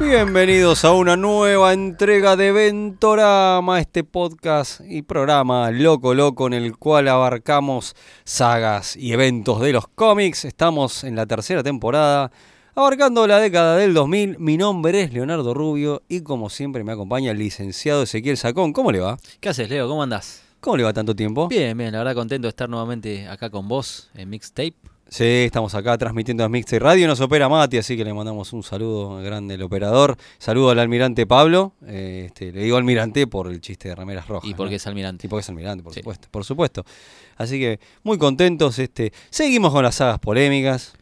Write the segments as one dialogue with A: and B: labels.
A: Bienvenidos a una nueva entrega de Ventorama, este podcast y programa loco loco en el cual abarcamos sagas y eventos de los cómics. Estamos en la tercera temporada, abarcando la década del 2000. Mi nombre es Leonardo Rubio y como siempre me acompaña el licenciado Ezequiel Sacón. ¿Cómo le va?
B: ¿Qué haces, Leo? ¿Cómo andás?
A: ¿Cómo le va tanto tiempo?
B: Bien, bien, la verdad contento de estar nuevamente acá con vos en Mixtape.
A: Sí, estamos acá transmitiendo a Mixte Radio. Nos opera Mati, así que le mandamos un saludo grande al operador. Saludo al almirante Pablo. Eh, este, le digo almirante por el chiste de remeras rojas.
B: Y porque
A: ¿no?
B: es almirante.
A: Y porque es almirante, por
B: Sí.
A: supuesto. Por supuesto. Así que muy contentos. Este, seguimos con las sagas polémicas.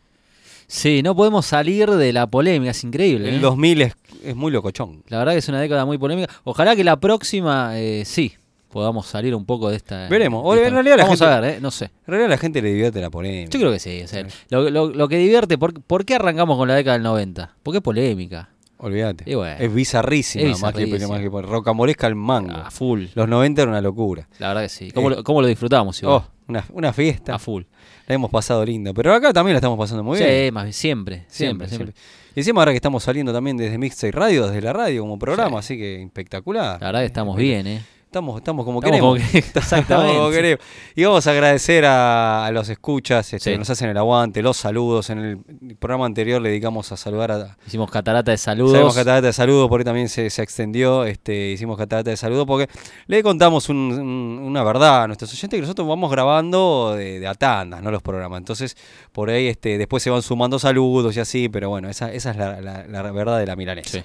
B: Sí, no podemos salir de la polémica, es increíble. ¿eh?
A: El 2000 es, es muy locochón.
B: La verdad que es una década muy polémica. Ojalá que la próxima, eh, sí, podamos salir un poco de esta. eh,
A: Veremos.
B: de esta-
A: En realidad la
B: Vamos
A: gente-
B: a ver, ¿eh? no sé.
A: En realidad a la gente le divierte la polémica.
B: Yo creo que sí. o sea, lo, lo- lo que divierte, ¿por, por qué arrancamos con la década del 90? Porque es polémica.
A: Olvídate.
B: Y bueno.
A: es bizarrísima,
B: Es
A: más que,
B: bizarrísima.
A: más que rocamoresca al mango.
B: A full.
A: Los 90 era una locura.
B: La verdad que sí. ¿Cómo,
A: Eh.
B: lo, cómo lo disfrutamos? igual?
A: Oh, una, una fiesta.
B: a full.
A: La hemos pasado lindo. Pero acá también la estamos pasando muy
B: sí,
A: bien.
B: más bien, siempre, siempre, siempre.
A: Y encima ahora que estamos saliendo también desde Mixtape Radio, desde la radio como programa, así que espectacular.
B: La verdad que estamos bien, ¿eh?
A: Estamos, estamos como
B: Estamos
A: queremos.
B: como que-
A: Estamos como
B: Exactamente.
A: queremos. Y vamos a agradecer a, a los escuchas este,
B: Sí.
A: que nos hacen el aguante, los saludos. En el programa anterior le dedicamos a saludar a...
B: Hicimos catarata de saludos.
A: Hicimos catarata de saludos, porque también se, se extendió. Este, hicimos catarata de saludos porque le contamos un- un- una verdad a nuestros oyentes que nosotros vamos grabando de, de a tandas, no los programas. Entonces, por ahí este, después se van sumando saludos y así, pero bueno, esa, esa es la, la- la verdad de la milanesa.
B: Sí.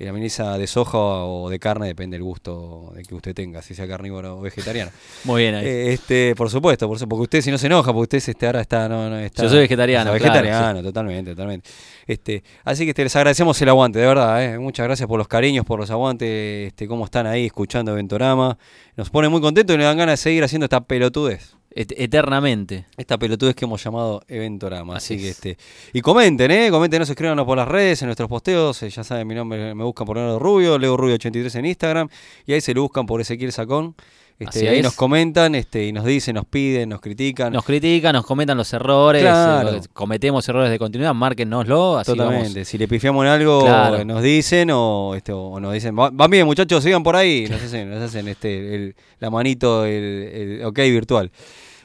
A: Y la milanesa de soja o de carne depende del gusto de que usted tenga, si sea carnívoro o vegetariano.
B: Muy bien ahí.
A: Eh, este, por supuesto, por supuesto, porque usted si no se enoja, porque usted este, ahora está, no, no, está-
B: Yo soy vegetariano,
A: está
B: claro,
A: vegetariano, totalmente, totalmente. Este, así que este, les agradecemos el aguante, de verdad, eh. muchas gracias por los cariños, por los aguantes, este, cómo están ahí escuchando Ventorama. Nos pone muy contentos y nos dan ganas de seguir haciendo esta pelotudez.
B: Et- eternamente.
A: Esta pelotudez que hemos llamado Eventorama. Así,
B: Así
A: que
B: es.
A: este. Y comenten, eh, comenten, nos escríbanos por las redes, en nuestros posteos. eh, ya saben, mi nombre me buscan por Leonardo Rubio, Leo Rubio83 en Instagram. Y ahí se lo buscan por Ezequiel Sacón. Este,
B: Así
A: ahí
B: es.
A: nos comentan, este, y nos dicen, nos piden, nos critican.
B: Nos critican, nos comentan los errores.
A: Claro.
B: eh, los- cometemos errores de continuidad, márquennoslo. Así
A: Totalmente. Si le pifiamos en algo,
B: Claro.
A: eh, nos dicen o, este, o- o nos dicen, "Va- van bien muchachos, sigan por ahí. Nos hacen, nos hacen este, el- la manito, el, el ok virtual.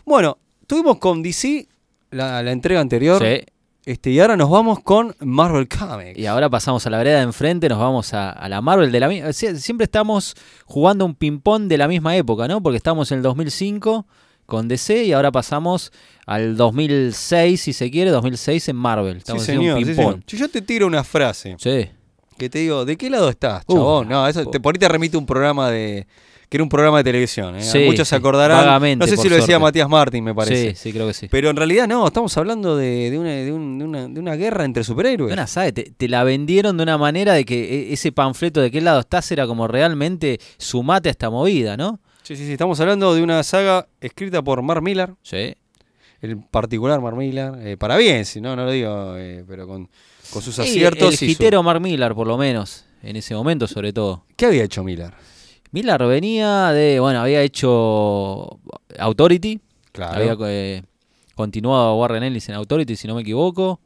A: Bueno, tuvimos con DC la, la entrega anterior.
B: vamos. Sí.
A: Este, y ahora nos vamos con Marvel Comics.
B: Y ahora pasamos a la vereda de enfrente, nos vamos a, a la Marvel de la mi- sie- Siempre estamos jugando un ping-pong de la misma época, ¿no? Porque estamos en el 2005 con DC y ahora pasamos al 2006, si se quiere, 2006 en Marvel.
A: Sí,
B: Estamos haciendo
A: señor,
B: un
A: sí,
B: ping-pong.
A: señor. Si yo te tiro una frase
B: Sí.
A: que te digo, ¿de qué lado estás,
B: Uh,
A: chabón? no, eso, te,
B: po-
A: por ahí te remite un programa de. que era un programa de televisión. ¿eh?
B: Sí,
A: Muchos se
B: sí,
A: acordarán.
B: vagamente,
A: no sé
B: por
A: si lo decía
B: suerte.
A: Matías Martín, me parece.
B: Sí, sí, creo que sí.
A: Pero en realidad no, estamos hablando de, de una, de un- de una- de una guerra entre superhéroes.
B: Una sabe, te, te la vendieron de una manera de que e- ese panfleto de qué lado estás era como realmente sumate a esta movida, ¿no?
A: Sí, sí, sí, estamos hablando de una saga escrita por Mark Millar,
B: Sí.
A: el particular Mark Millar, eh, para bien, si no, no lo digo, eh, pero con, con sus
B: el
A: aciertos. y su-
B: jitero Mark Millar, por lo menos, en ese momento sobre todo.
A: ¿Qué había hecho Millar?
B: Millar venía de, bueno, había hecho Authority,
A: Claro.
B: había eh, continuado Warren Ellis en Authority, si no me equivoco.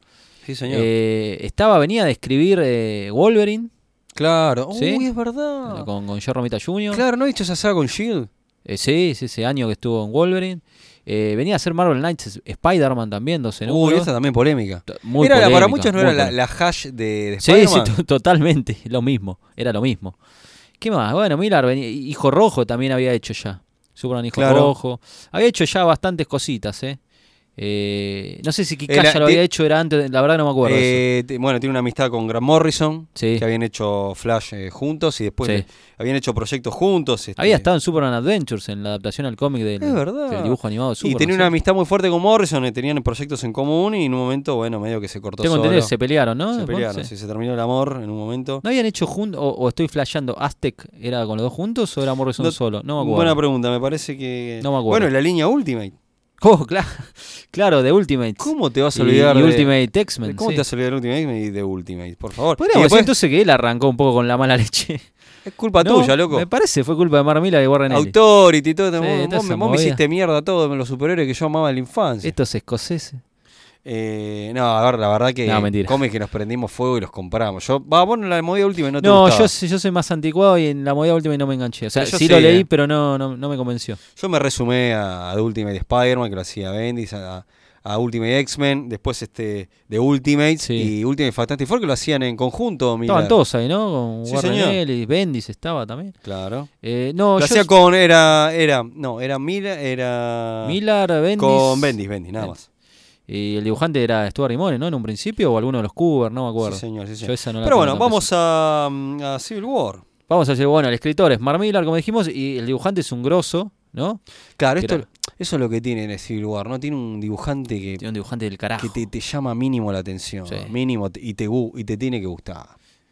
A: Sí, señor.
B: Eh, estaba, venía de escribir eh, Wolverine
A: claro.
B: ¿sí?
A: Uy, es verdad.
B: con, con John Romita Jr.
A: Claro, ¿no he hecho esa saga con Shield?
B: Eh, sí, sí, ese año que estuvo en Wolverine. Eh, venía a ser Marvel Knights, Spider-Man también, 12
A: Uy,
B: números.
A: esa también polémica.
B: T- muy
A: Era la- para
B: polémica,
A: muchos no
B: muy
A: era la,
B: polémica.
A: la hash de, de
B: Sí, sí,
A: Spider-Man.
B: to- totalmente, lo mismo, era lo mismo. ¿Qué más? Bueno, Miller, venía- Hijo Rojo también había hecho ya. Superman Hijo
A: Claro.
B: Rojo. Había hecho ya bastantes cositas, ¿eh? Eh, no sé si Kikaya
A: la-
B: lo había
A: ti-
B: hecho, era antes, de- la verdad no me acuerdo. de eso.
A: Eh, te- bueno, tiene una amistad con Grant Morrison,
B: Sí.
A: que habían hecho Flash eh, juntos y después
B: Sí.
A: le- habían hecho proyectos juntos. este,
B: Había estado en Superman Adventures, en la adaptación al cómic del,
A: Es verdad.
B: del dibujo animado de
A: Y
B: Superman.
A: tenía
B: ¿sí?
A: una amistad muy fuerte con Morrison, eh, tenían proyectos en común y en un momento, bueno, medio que se cortó
B: Tengo
A: solo.
B: entendido que se pelearon, ¿no?
A: Se
B: Después,
A: pelearon,
B: sí.
A: sí, se terminó el amor en un momento.
B: ¿No habían hecho juntos? O, o estoy flasheando? ¿Aztec era con los dos juntos o era Morrison
A: No-
B: solo? No me acuerdo.
A: Buena pregunta, me parece que...
B: No me acuerdo.
A: Bueno, la línea Ultimate.
B: Oh, claro, claro, de Ultimate.
A: ¿Cómo te vas a
B: Y-
A: olvidar
B: y,
A: de-
B: Ultimate X-Men.
A: ¿Cómo
B: sí.
A: te vas a olvidar de Ultimate y de Ultimate? Por favor.
B: Podríamos
A: Y
B: decir
A: después-
B: entonces que él arrancó un poco con la mala leche.
A: es culpa
B: No,
A: tuya, loco.
B: Me parece, fue culpa de Marmila y de Warren Ellis.
A: Authority, todo.
B: Sí,
A: vos-
B: toda
A: vos
B: esa
A: me- vos me
B: movida.
A: hiciste mierda todo, los superhéroes que yo amaba en la infancia.
B: Estos escoceses.
A: Eh, no, a ver, la verdad que
B: No, mentira.
A: cómics que nos prendimos fuego y los compramos. Yo, va, vos en la movida última y no te
B: No,
A: gustaba.
B: yo, soy- yo soy más anticuado y en la movida última y no me enganché. O sea,
A: Yo
B: sí, lo
A: sí,
B: leí,
A: eh.
B: pero no, no, no me convenció.
A: Yo me resumé a, a The Ultimate Spider-Man, que lo hacía Bendis, a, a Ultimate X-Men, después este de Ultimate
B: Sí.
A: y Ultimate Fantastic Four, que lo hacían en conjunto. Miller.
B: Estaban todos ahí, ¿no? Con
A: Sí,
B: Warren
A: señor.
B: Ellis, Bendis estaba también.
A: Claro.
B: Eh, no,
A: lo
B: yo
A: hacía con, era, era, no, era Miller, era...
B: Miller, Bendis.
A: Con Bendis, Bendis, nada más.
B: Y el dibujante era Stuart Rimone, ¿no? En un principio, o alguno de los Cooper, no me acuerdo.
A: Sí, señor, sí,
B: Yo
A: señor.
B: esa no la
A: Pero
B: tengo
A: bueno,
B: tan
A: vamos a, mm, a Civil War.
B: presente. Vamos a decir, bueno, el escritor es Mark Millar, como dijimos, y el dibujante es un grosso, ¿no?
A: Claro, esto,
B: Era-
A: eso es lo que tiene en Civil War, ¿no? Tiene un dibujante que,
B: Tiene un dibujante del
A: que
B: carajo,
A: te, te llama mínimo la atención.
B: Sí.
A: Mínimo, te- y te, gu- y te tiene que gustar.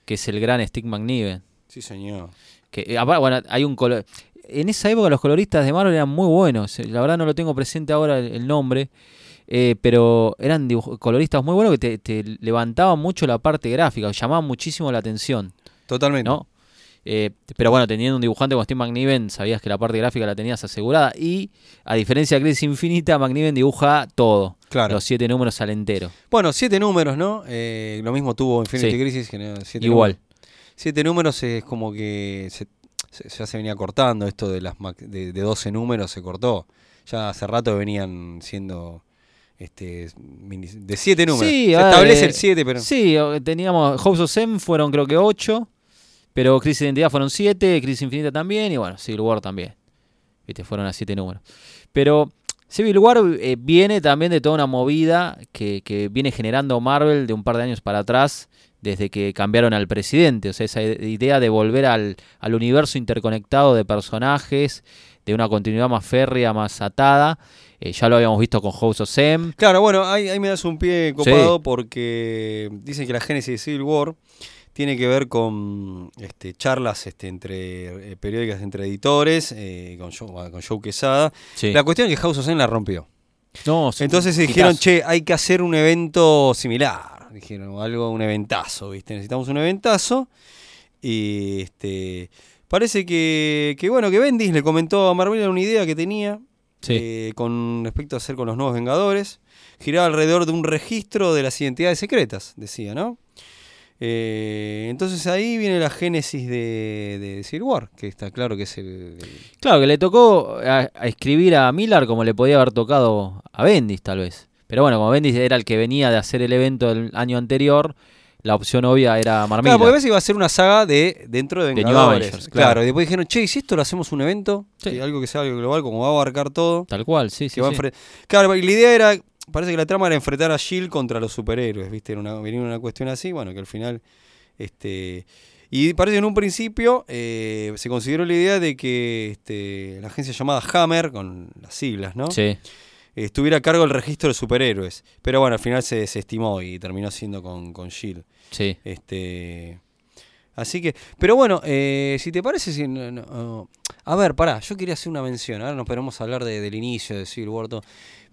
B: que es el gran Stick McNiven.
A: Sí, señor.
B: Que, eh, aparte, bueno, hay un color. En esa época los coloristas de Marvel eran muy buenos. eh, La verdad no lo tengo presente ahora el, el nombre. eh, pero eran dibuj- coloristas muy buenos que te, te levantaban mucho la parte gráfica, llamaban muchísimo la atención,
A: Totalmente.
B: ¿no? Eh, pero bueno, teniendo un dibujante como Steve McNiven, sabías que la parte gráfica la tenías asegurada. Y a diferencia de Crisis Infinita, McNiven dibuja todo.
A: Claro.
B: Los siete números al entero.
A: Bueno, siete números, ¿no? Eh, lo mismo tuvo Infinity
B: Sí.
A: Crisis. Que no- siete
B: Igual.
A: números. Siete números este es como que se- se- ya se venía cortando esto de las mac- de, de 12 números, se cortó. Ya hace rato venían siendo este mini- de siete números.
B: Sí,
A: se
B: a ver,
A: establece
B: eh,
A: el 7, pero...
B: Sí, o- teníamos Hobbs of Zen fueron creo que 8, pero Crisis de Identidad fueron 7, Crisis Infinita también, y bueno, Civil War también. Viste, fueron a 7 números. Pero Civil War eh, viene también de toda una movida que, que viene generando Marvel de un par de años para atrás, desde que cambiaron al presidente. O sea, esa i- idea de volver al, al universo interconectado de personajes, de una continuidad más férrea, más atada. Eh, ya lo habíamos visto con House of Zen.
A: Claro, bueno, ahí, ahí me das un pie
B: Sí.
A: copado porque dicen que la génesis de Civil War tiene que ver con este, charlas este, entre eh, periódicas entre editores, eh, con, Joe, con Joe Quesada. La cuestión es que House of Zen la rompió.
B: No, sí,
A: Entonces dijeron,
B: hitazo.
A: che, hay que hacer un evento similar. Dijeron, algo, un eventazo, ¿viste? Necesitamos un eventazo. Y este. Parece que, que bueno, que Bendis le comentó a Marvel una idea que tenía
B: Sí.
A: eh, con respecto a hacer con los nuevos Vengadores. Giraba alrededor de un registro de las identidades secretas, decía, ¿no? Eh, entonces ahí viene la génesis de, de Civil War, que está claro que es el. el-
B: Claro, que le tocó a, a escribir a Millar como le podía haber tocado a Bendis, tal vez. Pero bueno, como Bendis era el que venía de hacer el evento del año anterior, la opción obvia era Marmilla.
A: Claro, porque a veces iba a ser una saga de dentro de
B: De New
A: Vengadores.
B: Avengers,
A: claro.
B: claro.
A: y después dijeron, che, ¿y si esto lo hacemos un evento?
B: Sí.
A: Que Algo que sea algo global, como va a abarcar todo.
B: Tal cual, sí, sí.
A: que va a
B: sí.
A: enfre- Claro, y la idea era. Parece que la trama era enfrentar a Shield contra los superhéroes, ¿viste? Era una, venía una cuestión así, bueno, que al final. este Y parece que en un principio eh, se consideró la idea de que este, la agencia llamada Hammer, con las siglas, ¿no?
B: Sí.
A: Estuviera a cargo del registro de superhéroes. Pero bueno, al final se desestimó y terminó siendo con, con Shield.
B: sí.
A: Este. Así que. Pero bueno, eh, si te parece. si no- no- no- a ver, pará, yo quería hacer una mención. Ahora nos podemos hablar de- del inicio de Civil War. todo.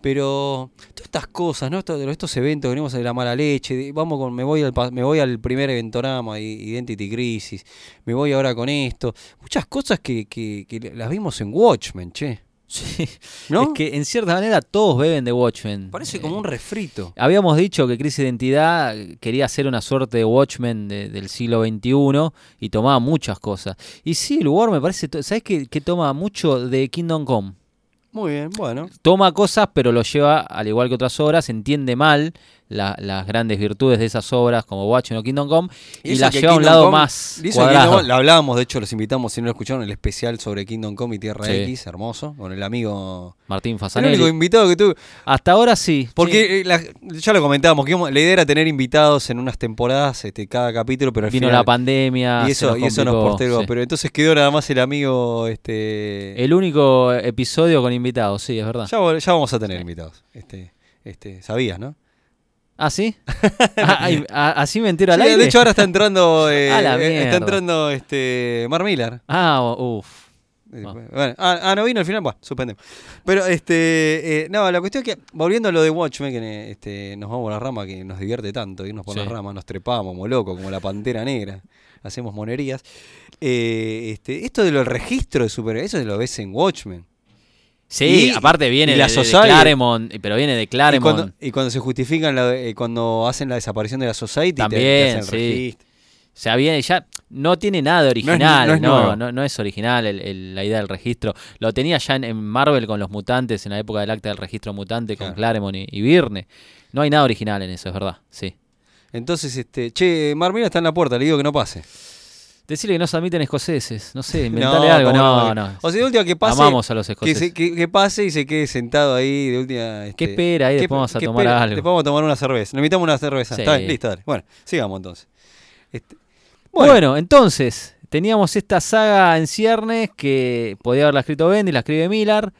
A: Pero. Todas estas cosas, ¿no? Esto- de estos eventos, venimos de la mala leche. de- vamos con. Me voy al, pa- me voy al primer eventorama, i- Identity Crisis. Me voy ahora con esto. Muchas cosas que, que- que las vimos en Watchmen, che.
B: Sí.
A: ¿No?
B: Es que en cierta manera todos beben de Watchmen.
A: Parece como
B: Eh,
A: un refrito.
B: Habíamos dicho que Crisis de Identidad quería hacer una suerte de Watchmen de- del siglo XXI y tomaba muchas cosas. Y sí, el War me parece, to- ¿sabes qué, qué toma mucho de Kingdom Come?
A: Muy bien, bueno.
B: toma cosas, pero lo lleva, al igual que otras obras, entiende mal la- las grandes virtudes de esas obras como Watchmen o Kingdom Come y,
A: eso
B: las
A: que
B: lleva a un
A: Kingdom
B: lado
A: Come-
B: más
A: y eso que Kingdom
B: cuadrado.
A: Come- la hablábamos, de hecho, los invitamos, si no lo escucharon, el especial sobre Kingdom Come y Tierra
B: Sí.
A: X, hermoso, con el amigo.
B: Martín
A: El único
B: Fasanelli.
A: invitado que tuve.
B: Hasta ahora sí.
A: Porque
B: sí,
A: eh, la- ya lo comentábamos, que íbamos- la idea era tener invitados en unas temporadas, este, cada capítulo, pero al
B: vino
A: final-
B: la pandemia.
A: Y
B: se
A: eso, y eso nos
B: complicó,
A: postergó.
B: sí.
A: Pero entonces quedó nada más el amigo. Este,
B: El único episodio con invitados, sí, es verdad.
A: ya, vol- ya vamos a tener invitados. Este, este, sabías, ¿no?
B: ¿Ah, sí? Ah, ay, a- ¿Así me entero al
A: Sí,
B: aire?
A: de hecho, ahora está entrando. eh,
B: A la
A: eh, está
B: mierda.
A: entrando este, Mar Miller.
B: Ah, uff.
A: Eh,
B: Ah.
A: bueno, ah, ah, no vino al final, bueno, suspendemos. Pero este, eh, no, la cuestión es que, volviendo a lo de Watchmen, que eh, este, nos vamos a la rama que nos divierte tanto, irnos por
B: Sí.
A: las ramas, nos trepamos como locos, como la pantera negra, hacemos monerías. Eh, este, esto de lo del registro de superhéroes, eso lo ves en Watchmen. Y-
B: Sí, aparte viene
A: y
B: de,
A: la
B: de- de
A: Society.
B: Claremont, pero viene de
A: Y
B: Claremont.
A: cuando, y cuando se justifican, la- eh, cuando hacen la desaparición de la Society, te- te,
B: También,
A: hacen el
B: sí.
A: registro.
B: O sea, viene ya. No tiene nada de
A: es-
B: original, no
A: no
B: es,
A: es
B: no,
A: nuevo.
B: no- no es original el- el- la idea del registro. Lo tenía ya en, en Marvel con los mutantes, en la época del acta del registro mutante con
A: Claro.
B: Claremont y, y Byrne. No hay nada original en eso, es verdad, sí.
A: Entonces, este, che, Marmina está en la puerta, le digo que no pase.
B: Decirle que no se admiten escoceses, no sé, inventale
A: No,
B: algo,
A: cómo
B: no, no.
A: O sea, de última que pase.
B: Amamos a los
A: que,
B: escoceses.
A: se- que- que pase y se quede sentado ahí de última. este,
B: ¿Qué espera? Ahí
A: ¿qué-
B: después vamos a
A: qué
B: tomar
A: espera?
B: algo.
A: Después vamos a tomar una cerveza. Nos invitamos una cerveza.
B: Sí.
A: Está bien, listo, dale. Bueno, sigamos entonces. Este,
B: Bueno. entonces, teníamos esta saga en ciernes que podía haberla escrito Bendy, la escribe Miller.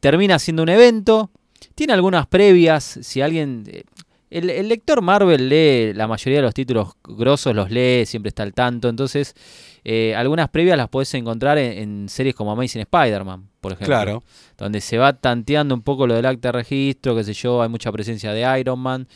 B: Termina siendo un evento. Tiene algunas previas. Si alguien. eh, El, el lector Marvel lee la mayoría de los títulos grosos, los lee, siempre está al tanto. Entonces, eh, algunas previas las podés encontrar en, en series como Amazing Spider-Man, por ejemplo.
A: claro.
B: Donde se va tanteando un poco lo del acta de registro, qué sé yo, hay mucha presencia de Iron Man.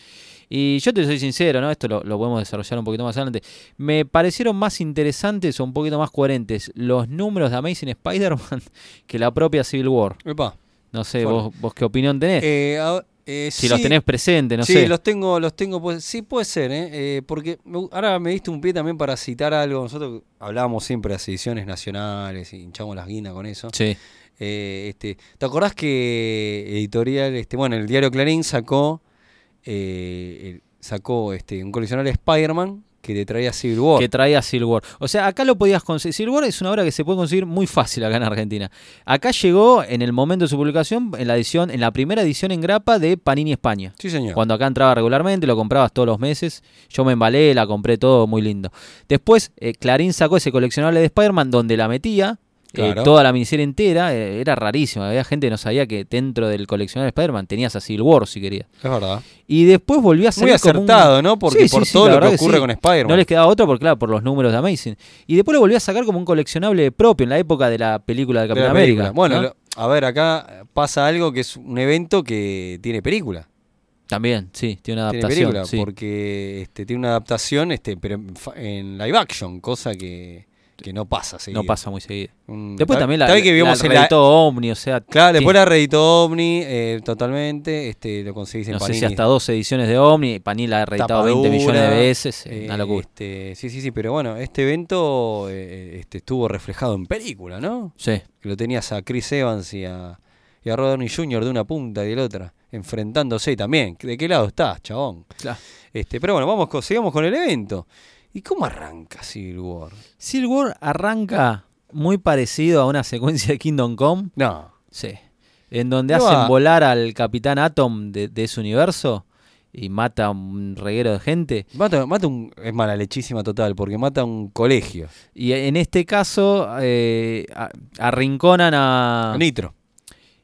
B: Y yo te soy sincero, ¿no? Esto lo, lo podemos desarrollar un poquito más adelante. Me parecieron más interesantes o un poquito más coherentes los números de Amazing Spider-Man que la propia Civil War.
A: Epa.
B: No sé,
A: Bueno.
B: vos, vos qué opinión tenés.
A: Eh, a- eh,
B: si los
A: sí,
B: tenés presente, no
A: sí,
B: sé.
A: los tengo, los tengo. pues, sí, puede ser, ¿eh? Eh, porque me gu- ahora me diste un pie también para citar algo. Nosotros hablábamos siempre de las ediciones nacionales y hinchamos las guinas con eso.
B: Sí,
A: Eh, este, ¿Te acordás que editorial, este, bueno, el diario Clarín sacó, eh, el- sacó este, un coleccionable de Spider-Man que te traía Civil War?
B: que traía Civil War. O sea, acá lo podías conseguir. Civil War es una obra que se puede conseguir muy fácil acá en Argentina. Acá llegó en el momento de su publicación, en la edición, en la primera edición en grapa de Panini España.
A: sí, señor.
B: Cuando acá entraba regularmente, lo comprabas todos los meses. Yo me embalé, la compré todo, muy lindo. Después, eh, Clarín sacó ese coleccionable de Spider-Man donde la metía. eh,
A: Claro.
B: toda la miniserie entera eh, era rarísima. Había gente que no sabía que dentro del coleccionable de Spider-Man tenías a Civil War si querías.
A: Es verdad.
B: Y después volvió a ser.
A: Muy acertado, ¿no? Porque
B: Sí, sí,
A: por
B: sí,
A: todo
B: la
A: lo
B: verdad
A: que ocurre
B: sí.
A: con Spider-Man.
B: No les quedaba otro, porque, claro, por los números de Amazing. Y después lo volvió a sacar como un coleccionable propio en la época de la película de
A: De la
B: Capitán
A: película.
B: América.
A: Bueno,
B: ¿no?
A: lo- a ver, acá pasa algo que es un evento que tiene película.
B: También, sí, tiene una
A: Tiene
B: adaptación.
A: película,
B: sí.
A: porque este, tiene una adaptación, este, pero en, fa- en live action, cosa que, que no pasa. seguido.
B: No pasa muy seguido.
A: Un-
B: Después
A: está-
B: también la,
A: está bien que vivimos
B: la
A: en la,
B: reeditó Omni, o sea,
A: Claro,
B: sí,
A: después la reeditó Omni eh, totalmente, este, lo conseguís en
B: no sé
A: Panini.
B: si hasta dos ediciones de Omni, Panini la ha reeditado 20
A: tapadura,
B: millones de veces, eh, una
A: eh,
B: locura.
A: este, sí, sí, sí, pero bueno, este evento eh, este, estuvo reflejado en película, ¿no?
B: Sí,
A: Que lo tenías a Chris Evans y a, y a Robert Downey Jr. de una punta y de la otra, enfrentándose también. ¿De qué lado estás, chabón?
B: claro.
A: Este, pero bueno, vamos, con- sigamos con el evento. ¿Y cómo arranca Civil War?
B: Civil War arranca muy parecido a una secuencia de Kingdom Come,
A: No,
B: sí, en donde
A: No,
B: hacen
A: ah.
B: volar al Capitán Atom de, de ese universo y mata a un reguero de gente.
A: mata, mata un... Es mala lechísima total, porque mata un colegio.
B: Y en este caso eh, a- arrinconan a...
A: a Nitro.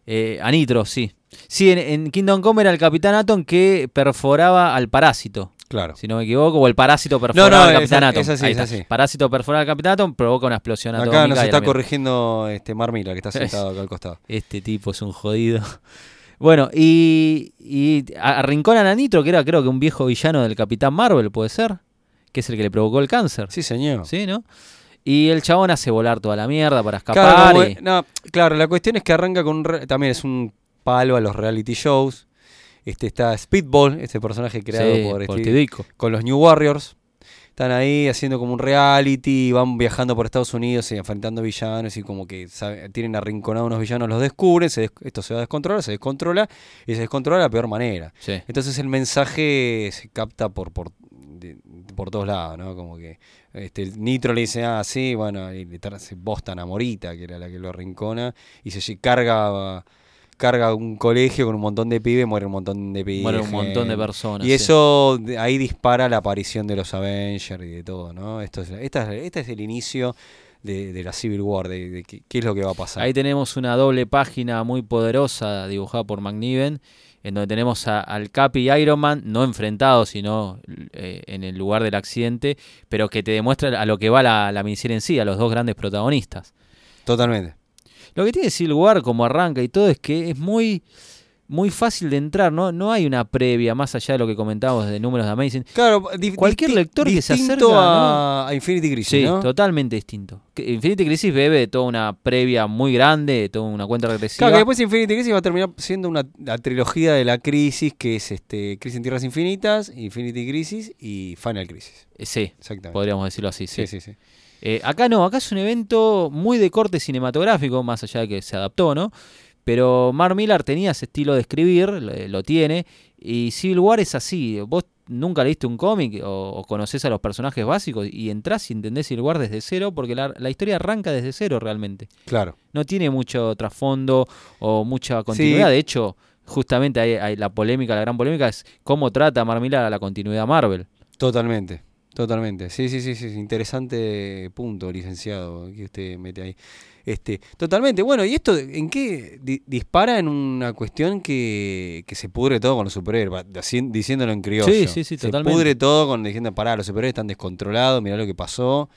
B: Eh, a Nitro, sí. Sí, en, en Kingdom Come era el Capitán Atom que perforaba al parásito,
A: Claro.
B: si no me equivoco, o el parásito perforaba
A: No, no,
B: al
A: es-
B: Capitán Atom.
A: es así,
B: Ahí
A: es
B: está.
A: así.
B: Parásito perfora al Capitán Atom, provoca una explosión atómica.
A: Acá nos
B: y
A: está
B: la mierda.
A: corrigiendo este Marmila, que está sentado acá al costado.
B: Este tipo es un jodido. Bueno, y, y a- arrinconan a Nitro, que era creo que un viejo villano del Capitán Marvel, puede ser, que es el que le provocó el cáncer.
A: Sí, señor.
B: ¿Sí, no? Y el chabón hace volar toda la mierda para escapar.
A: Claro, como-
B: y-
A: no, claro, la cuestión es que arranca con un re- también es un palo a los reality shows. Este está Speedball, este personaje creado
B: Sí,
A: por, este
B: por
A: Steve-
B: Tidico.
A: con los New Warriors. Están ahí haciendo como un reality, van viajando por Estados Unidos y enfrentando villanos y como que sabe- tienen arrinconados unos villanos, los descubren, se des- esto se va a descontrolar, se descontrola y se descontrola de la peor manera.
B: Sí.
A: Entonces el mensaje se capta por, por, de- por todos lados, ¿no? Como que este, el Nitro le dice, ah, sí, bueno, y le tar- se bostan a Morita, que era la que lo arrincona, y se lle- carga, carga un colegio con un montón de pibes, muere un montón de pibes.
B: Muere un montón de
A: gente.
B: personas.
A: Y
B: sí.
A: eso de- ahí dispara la aparición de los Avengers y de todo, ¿no? Esto es, esta es- este es el inicio de, de la Civil War, de, de qué, qué es lo que va a pasar.
B: Ahí tenemos una doble página muy poderosa dibujada por McNiven, en donde tenemos a- al Capi y Iron Man, no enfrentados, sino eh, en el lugar del accidente, pero que te demuestra a lo que va la, la miniserie en sí, a los dos grandes protagonistas.
A: Totalmente.
B: Lo que tiene Civil War como arranca y todo es que es muy muy fácil de entrar, ¿no? No hay una previa, más allá de lo que comentábamos de números de Amazing.
A: Claro, di-
B: Cualquier
A: disti-
B: lector que se
A: distinto
B: acerca,
A: a, a Infinity Crisis,
B: Sí,
A: ¿no?
B: totalmente distinto. Que Infinity Crisis bebe de toda una previa muy grande, de toda una cuenta regresiva.
A: Claro, que después Infinity Crisis va a terminar siendo una la trilogía de la crisis, que es este Crisis en Tierras Infinitas, Infinity Crisis y Final Crisis.
B: Eh, sí,
A: Exactamente.
B: podríamos decirlo así. Sí.
A: Sí, sí, sí.
B: Eh, acá no, acá es un evento muy de corte cinematográfico, más allá de que se adaptó, ¿no? Pero Mark Millar tenía ese estilo de escribir, lo, lo tiene, y Civil War es así. Vos nunca leíste un cómic o, o conocés a los personajes básicos y entrás y entendés Civil War desde cero, porque la, la historia arranca desde cero realmente.
A: Claro.
B: No tiene mucho trasfondo o mucha continuidad.
A: Sí.
B: De hecho, justamente hay, hay la polémica, la gran polémica es cómo trata Mark Millar a la continuidad Marvel.
A: Totalmente, totalmente. Sí, sí, sí, sí. Interesante punto, licenciado, que usted mete ahí. Este, totalmente. Bueno, ¿y esto en qué di- dispara en una cuestión que, que se pudre todo con los superhéroes? Va- así- Diciéndolo en criollo.
B: Sí, sí, sí, totalmente.
A: Se pudre todo con diciendo, pará, los superhéroes están descontrolados, mirá lo que pasó.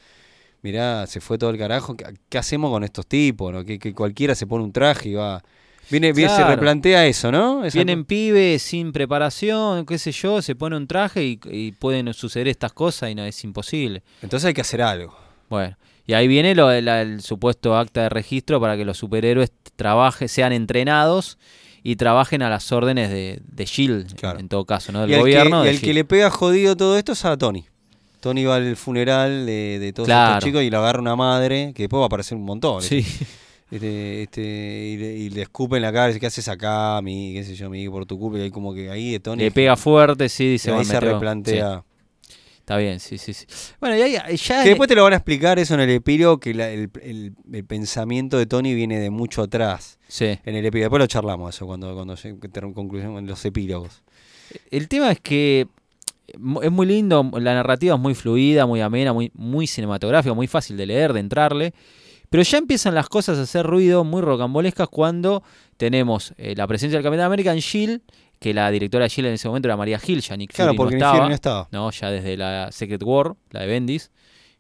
A: Mirá, se fue todo el carajo. ¿Qué, qué hacemos con estos tipos? no? Que, que cualquiera se pone un traje y va. Viene, viene- se
B: Claro.
A: replantea eso, ¿no? Esa-
B: Vienen pibes sin preparación, qué sé yo, se pone un traje y, y pueden suceder estas cosas y no es imposible.
A: Entonces hay que hacer algo.
B: Bueno, y ahí viene lo, de la- el supuesto acta de registro para que los superhéroes trabajen, sean entrenados y trabajen a las órdenes de, de Shield,
A: Claro.
B: en todo caso, ¿no? Del
A: y al
B: gobierno.
A: Que, y
B: de
A: al que
B: S.H.I.E.L.D..
A: le pega jodido todo esto es a Tony. Tony va al funeral de, de todos
B: Claro.
A: estos chicos y le agarra una madre, que después va a aparecer un montón.
B: Sí.
A: Este, este, y, le, y le escupe en la cara y dice, ¿qué haces acá, mi? ¿Qué sé yo, mi? Por tu culpa. Y ahí como que ahí Tony...
B: Le pega fuerte, sí,
A: y
B: dice.
A: ahí
B: bueno,
A: se
B: me tengo-
A: replantea.
B: sí, está bien, sí, sí, sí. Bueno, y ahí ya...
A: Que después te lo van a explicar eso en el epílogo, que la- el, el- el pensamiento de Tony viene de mucho atrás.
B: Sí.
A: En el epílogo. Después lo charlamos eso cuando, cuando llegue- que tenga conclusión en los epílogos.
B: El tema es que mu- es muy lindo, la narrativa es muy fluida, muy amena, muy, muy cinematográfica, muy fácil de leer, de entrarle. Pero ya empiezan las cosas a hacer ruido muy rocambolescas cuando tenemos eh, la presencia del Capitán América en Shield, que la directora de Shield en ese momento era María Hill, ya Nick
A: Claro,
B: Fury
A: porque
B: no estaba.
A: Fury no estaba.
B: No, ya desde la Secret War, la de Bendis,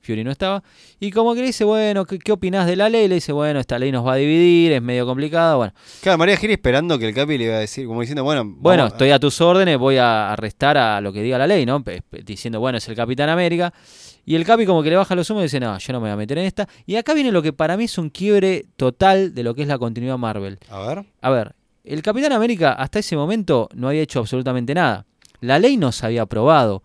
B: Fury no estaba. Y como que le dice, bueno, ¿qué, qué opinás de la ley? Le dice, bueno, esta ley nos va a dividir, es medio complicada. Bueno,
A: Claro, María Gil esperando que el Capi le iba a decir, como diciendo, bueno... vamos
B: Bueno,
A: a-
B: estoy a tus órdenes, voy a arrestar a lo que diga la ley, ¿no? Pe- pe- Diciendo, bueno, es el Capitán América. Y el Capi como que le baja los humos y dice, no, yo no me voy a meter en esta. Y acá viene lo que para mí es un quiebre total de lo que es la continuidad Marvel.
A: A ver.
B: A ver, el Capitán América hasta ese momento no había hecho absolutamente nada. La ley no se había aprobado.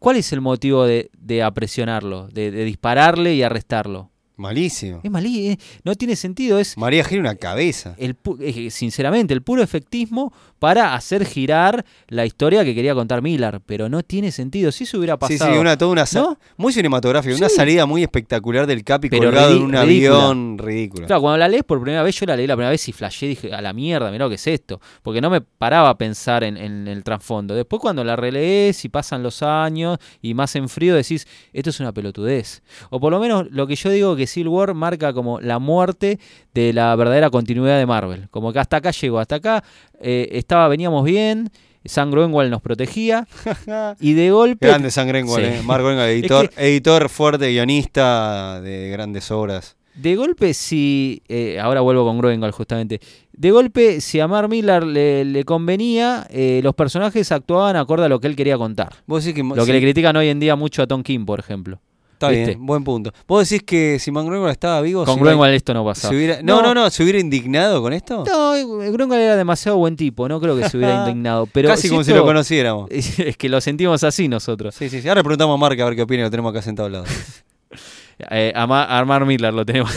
B: ¿Cuál es el motivo de, de apresionarlo, de, de dispararle y arrestarlo?
A: Malísimo.
B: Es malí, eh, no tiene sentido, es
A: María Gil una cabeza.
B: el pu- eh, sinceramente, el puro efectismo para hacer girar la historia que quería contar Miller, pero no tiene sentido. Si eso hubiera
A: Sí,
B: pasado,
A: sí, una, toda una sa-
B: ¿No?
A: muy cinematográfica, una
B: Sí.
A: salida muy espectacular del Capi
B: Pero
A: colgado en
B: ridi-
A: un
B: ridícula.
A: avión ridícula.
B: Claro, cuando la lees por primera vez, yo la leí la primera vez y flashé, dije, a la mierda, mirá lo que es esto. Porque no me paraba a pensar en, en el trasfondo. Después cuando la relees y pasan los años y más en frío decís, esto es una pelotudez. O por lo menos lo que yo digo que Civil War marca como la muerte de la verdadera continuidad de Marvel. Como que hasta acá llegó, hasta acá eh, estaba, veníamos bien, Sam Groenwald nos protegía y de golpe...
A: Grande sangre en
B: Sí.
A: Marco Engel,
B: Es
A: editor, editor fuerte, guionista de grandes obras.
B: De golpe, si. eh, ahora vuelvo con Groengal, justamente. De golpe, si a Mark Millar le, le convenía, eh, los personajes actuaban acorde a lo que él quería contar.
A: Vos decís que,
B: Lo
A: sí,
B: que le critican hoy en día mucho a Tom King, por ejemplo.
A: está
B: ¿viste?
A: bien, buen punto. Vos decís que si Mangroengal estaba vivo,
B: Con
A: se hubiera-
B: Groengal esto no
A: se
B: pasaba.
A: hubiera- no, no,
B: No.
A: no, se hubiera indignado con esto.
B: No, eh, Groengal era demasiado buen tipo, no creo que se hubiera indignado. Pero
A: Casi
B: si
A: como si
B: esto-
A: lo conociéramos.
B: Es que lo sentimos así nosotros.
A: Sí, sí, sí. Ahora le preguntamos a Marca a ver qué opina, lo tenemos acá sentado al lado.
B: Eh, a, Ma- a Mark Millar lo tenemos.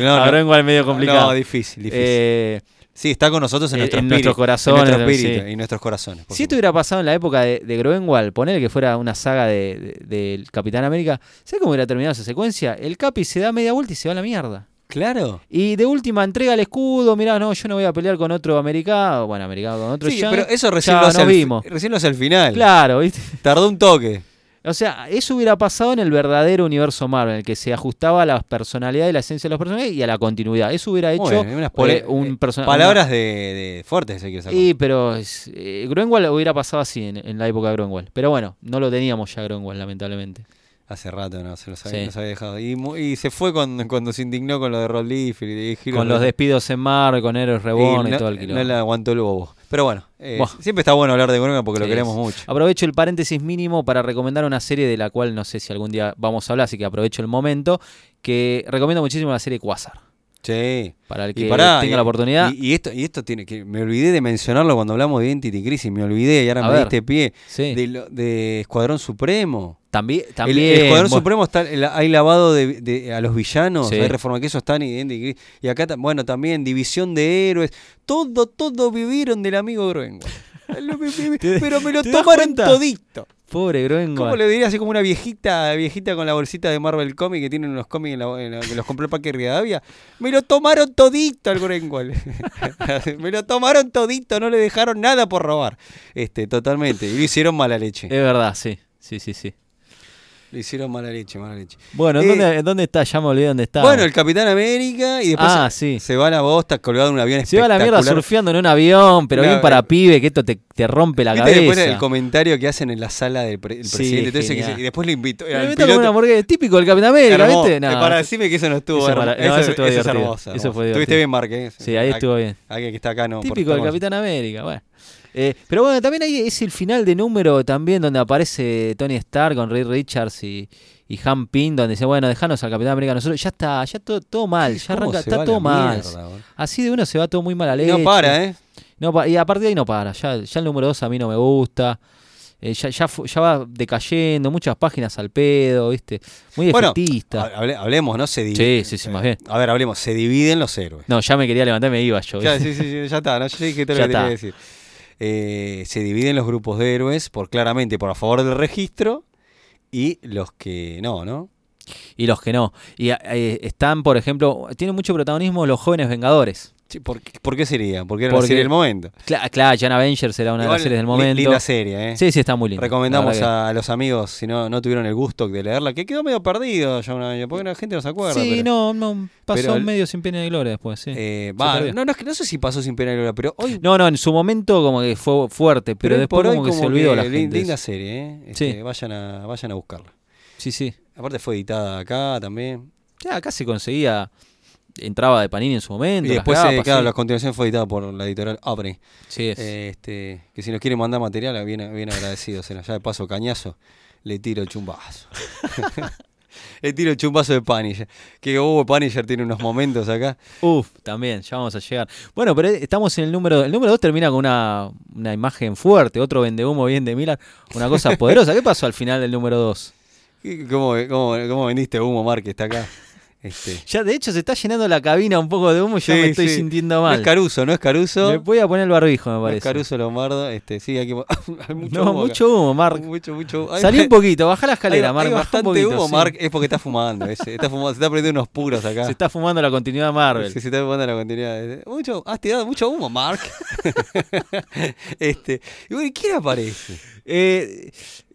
A: No,
B: a
A: no.
B: Groenwald medio complicado.
A: No, difícil, difícil.
B: Eh,
A: Sí, está con nosotros en,
B: en-
A: nuestro
B: Eh, en
A: espíritu,
B: nuestros corazones,
A: En nuestro espíritu
B: sí.
A: y nuestros corazones. por
B: Si esto
A: supuesto.
B: hubiera pasado en la época de, de Groenwald, poner que fuera una saga de- de- del Capitán América, ¿sabes cómo hubiera terminado esa secuencia? El Capi se da media vuelta y se va a la mierda.
A: Claro.
B: Y de última entrega el escudo, mirá, no, yo no voy a pelear con otro americano, bueno, americano con otro
A: Sí,
B: yankee.
A: pero eso recién,
B: Ya
A: lo hace
B: nos
A: al, fi-
B: vimos.
A: recién lo hace al final.
B: Claro, ¿viste?
A: Tardó un toque.
B: O sea, eso hubiera pasado en el verdadero universo Marvel, en el que se ajustaba a la personalidad y la esencia de los personajes y a la continuidad. Eso hubiera
A: Muy
B: hecho
A: bien, unas pole-
B: eh, un
A: eh,
B: persona-
A: Palabras de, de fuertes hay que
B: una-
A: sacar.
B: Y, pero es- eh, Groenwald hubiera pasado así en, en la época de Groenwald. Pero bueno, no lo teníamos ya Groenwald, lamentablemente.
A: Hace rato no se los había,
B: Sí.
A: los había dejado. Y, mu- y se fue cuando, cuando se indignó con lo de Rod Liefeld y de Hero
B: Con los
A: Rod-
B: despidos en mar, con Héroes
A: y
B: Reborn y,
A: no-
B: todo el quilombo.
A: No le aguantó el bobo. Pero bueno, eh,
B: Buah.
A: siempre está bueno hablar de Groenland porque lo
B: Sí, Ah.
A: queremos
B: sí.
A: mucho.
B: Aprovecho el paréntesis mínimo para recomendar una serie de la cual no sé si algún día vamos a hablar, así que aprovecho el momento. Que recomiendo muchísimo la serie Quasar.
A: Sí.
B: Para el
A: Y
B: que
A: pará,
B: tenga
A: y-
B: la oportunidad.
A: Y, y esto, y esto tiene que. Me olvidé de mencionarlo cuando hablamos de Identity Crisis, me olvidé y ahora
B: A
A: me
B: ver.
A: diste pie.
B: sí.
A: De, lo- de Escuadrón Supremo.
B: también.
A: El-
B: también
A: el, Escuadrón
B: bueno,
A: Supremo está, el- hay lavado de, de- a los villanos,
B: Sí.
A: hay reforma que eso está en Identity Crisis. Y acá, ta- bueno, también División de Héroes. Todo, todo vivieron del amigo Groenwald. Lo vi- vi- vi- Pero me lo
B: ¿Te das
A: tomaron
B: cuenta?
A: todito.
B: Pobre
A: ¿Cómo
B: Groenwald.
A: le diría así como una viejita, viejita con la bolsita de Marvel Comics que tienen unos cómics en la- en la- que los compró el Parque Rivadavia? Me lo tomaron todito al Groenwald. Me lo tomaron todito, no le dejaron nada por robar. Este, totalmente. Y le hicieron mala leche.
B: Es verdad, sí. Sí, sí, sí.
A: Le hicieron mala leche, mala leche.
B: Bueno,
A: Eh,
B: ¿dónde, dónde está? Ya me olvidé dónde está.
A: Bueno, el Capitán América y después
B: Ah,
A: se,
B: sí.
A: se va a la bosta colgado en un avión
B: Se va a la mierda
A: espectacular.
B: surfeando en un avión, pero
A: Una-
B: bien para pibe, que esto te, te rompe la
A: ¿Viste después el
B: cabeza.
A: comentario que hacen en la sala del pre- el
B: Sí,
A: presidente? Todo eso que
B: genial.
A: dice- y después lo invitó.
B: Pero
A: al
B: vete a comer
A: piloto.
B: una hamburguesa, típico del Capitán América,
A: Hermoso.
B: ¿viste?
A: Eh,
B: No,
A: para decirme que eso no estuvo
B: Eso
A: hermo-
B: para- no,
A: eso,
B: eso
A: eso
B: estuvo
A: es
B: divertido.
A: hermoso.
B: Eso fue
A: Estuviste
B: divertido.
A: bien, Marqués.
B: Sí, ahí estuvo bien.
A: Alguien que está acá no.
B: Típico del
A: del
B: Capitán América, bueno. Eh, pero bueno, también ahí es el final de número también donde aparece Tony Stark con Ray Richards y, y Han Pym, donde dice, bueno, dejanos al Capitán América nosotros. Ya está, ya todo, todo mal, ya arranca, está todo mal. Así de uno se va todo muy mal a leche.
A: No para, ¿eh?
B: No pa- y aparte de ahí no para. Ya, ya el número 2 a mí no me gusta. Eh, ya, ya, fu- ya va decayendo, muchas páginas al pedo, ¿viste? Muy
A: Bueno,
B: efectista.
A: Hable- hablemos, ¿no? Se divide.
B: sí, sí, sí, más bien.
A: A ver, hablemos. Se dividen los héroes.
B: No, ya me quería levantar, me iba yo.
A: Ya,
B: ¿viste?
A: sí, sí, sí, ya está. ¿no? Yo dije todo
B: Ya
A: lo que tenía que
B: está.
A: decir. Eh, se dividen los grupos de héroes por claramente por a favor del registro y los que no, ¿no?
B: Y los que no. Y a- eh, están, por ejemplo, tienen mucho protagonismo los jóvenes Vengadores.
A: Sí, ¿por, qué, por qué sería? Porque era la
B: Porque-
A: serie del momento.
B: Claro, claro, Jan Avengers era una de
A: Igual,
B: las series del
A: li-
B: momento.
A: Linda serie, ¿eh?
B: Sí, sí, está muy linda. La
A: Recomendamos
B: verdad
A: a, los amigos, si no, no tuvieron el gusto de leerla, que quedó medio perdido ya una vez, porque la gente no se
B: que-
A: acuerda.
B: Sí,
A: pero,
B: no, no, pasó
A: pero el-
B: medio sin pena de gloria después, sí.
A: eh, va,
B: perdió.
A: no, no, es que- no sé si pasó sin pena ni gloria, pero hoy,
B: no, no, en su momento como que fue fuerte, pero,
A: hoy
B: después
A: por hoy
B: como que se olvidó la
A: lin-
B: gente.
A: Linda serie, ¿eh? Este,
B: Sí.
A: vayan, a, vayan a buscarla.
B: Sí, sí.
A: Aparte fue editada acá también.
B: Ya, acá se conseguía. Entraba de Panini en su momento.
A: Y
B: las
A: después, eh,
B: grapas,
A: claro,
B: sí.
A: la continuación fue editada por la editorial Opry.
B: Sí, es.
A: Este, que si nos quieren mandar material, bien, bien agradecidos. será. Ya de paso, cañazo, le tiro el chumbazo. le tiro el chumbazo de Punisher. Que hubo Punisher tiene unos momentos acá.
B: Uf, también, ya vamos a llegar. Bueno, pero eh, estamos en el número. El número 2 termina con una, una imagen fuerte, otro vendehumo bien de Miller, una cosa poderosa. ¿Qué pasó al final del número 2?
A: ¿Y ¿Cómo, cómo, cómo vendiste humo, Mar, que está acá? Este.
B: Ya, de hecho, se está llenando la cabina un poco de humo, ya
A: Sí,
B: me estoy
A: sí.
B: sintiendo
A: No es
B: mal.
A: Caruso, no es Caruso.
B: Me voy a poner el barbijo, me
A: No es
B: parece.
A: Caruso Lombardo. Este, sí, aquí hay mucho humo.
B: no,
A: acá.
B: mucho humo, Mark.
A: Mucho, mucho. Hay-
B: Salí un poquito, baja la
A: hay-
B: escalera, Mark.
A: Hay
B: bajá un
A: bastante
B: poquito,
A: humo,
B: sí.
A: Mark. Es porque está fumando. ese, está fumando. Se está prendiendo unos puros acá.
B: Se está fumando la continuidad Marvel.
A: Sí, se está fumando la continuidad. Mucho, has tirado mucho humo, Mark. este, y bueno, ¿y quién aparece?
B: Eh,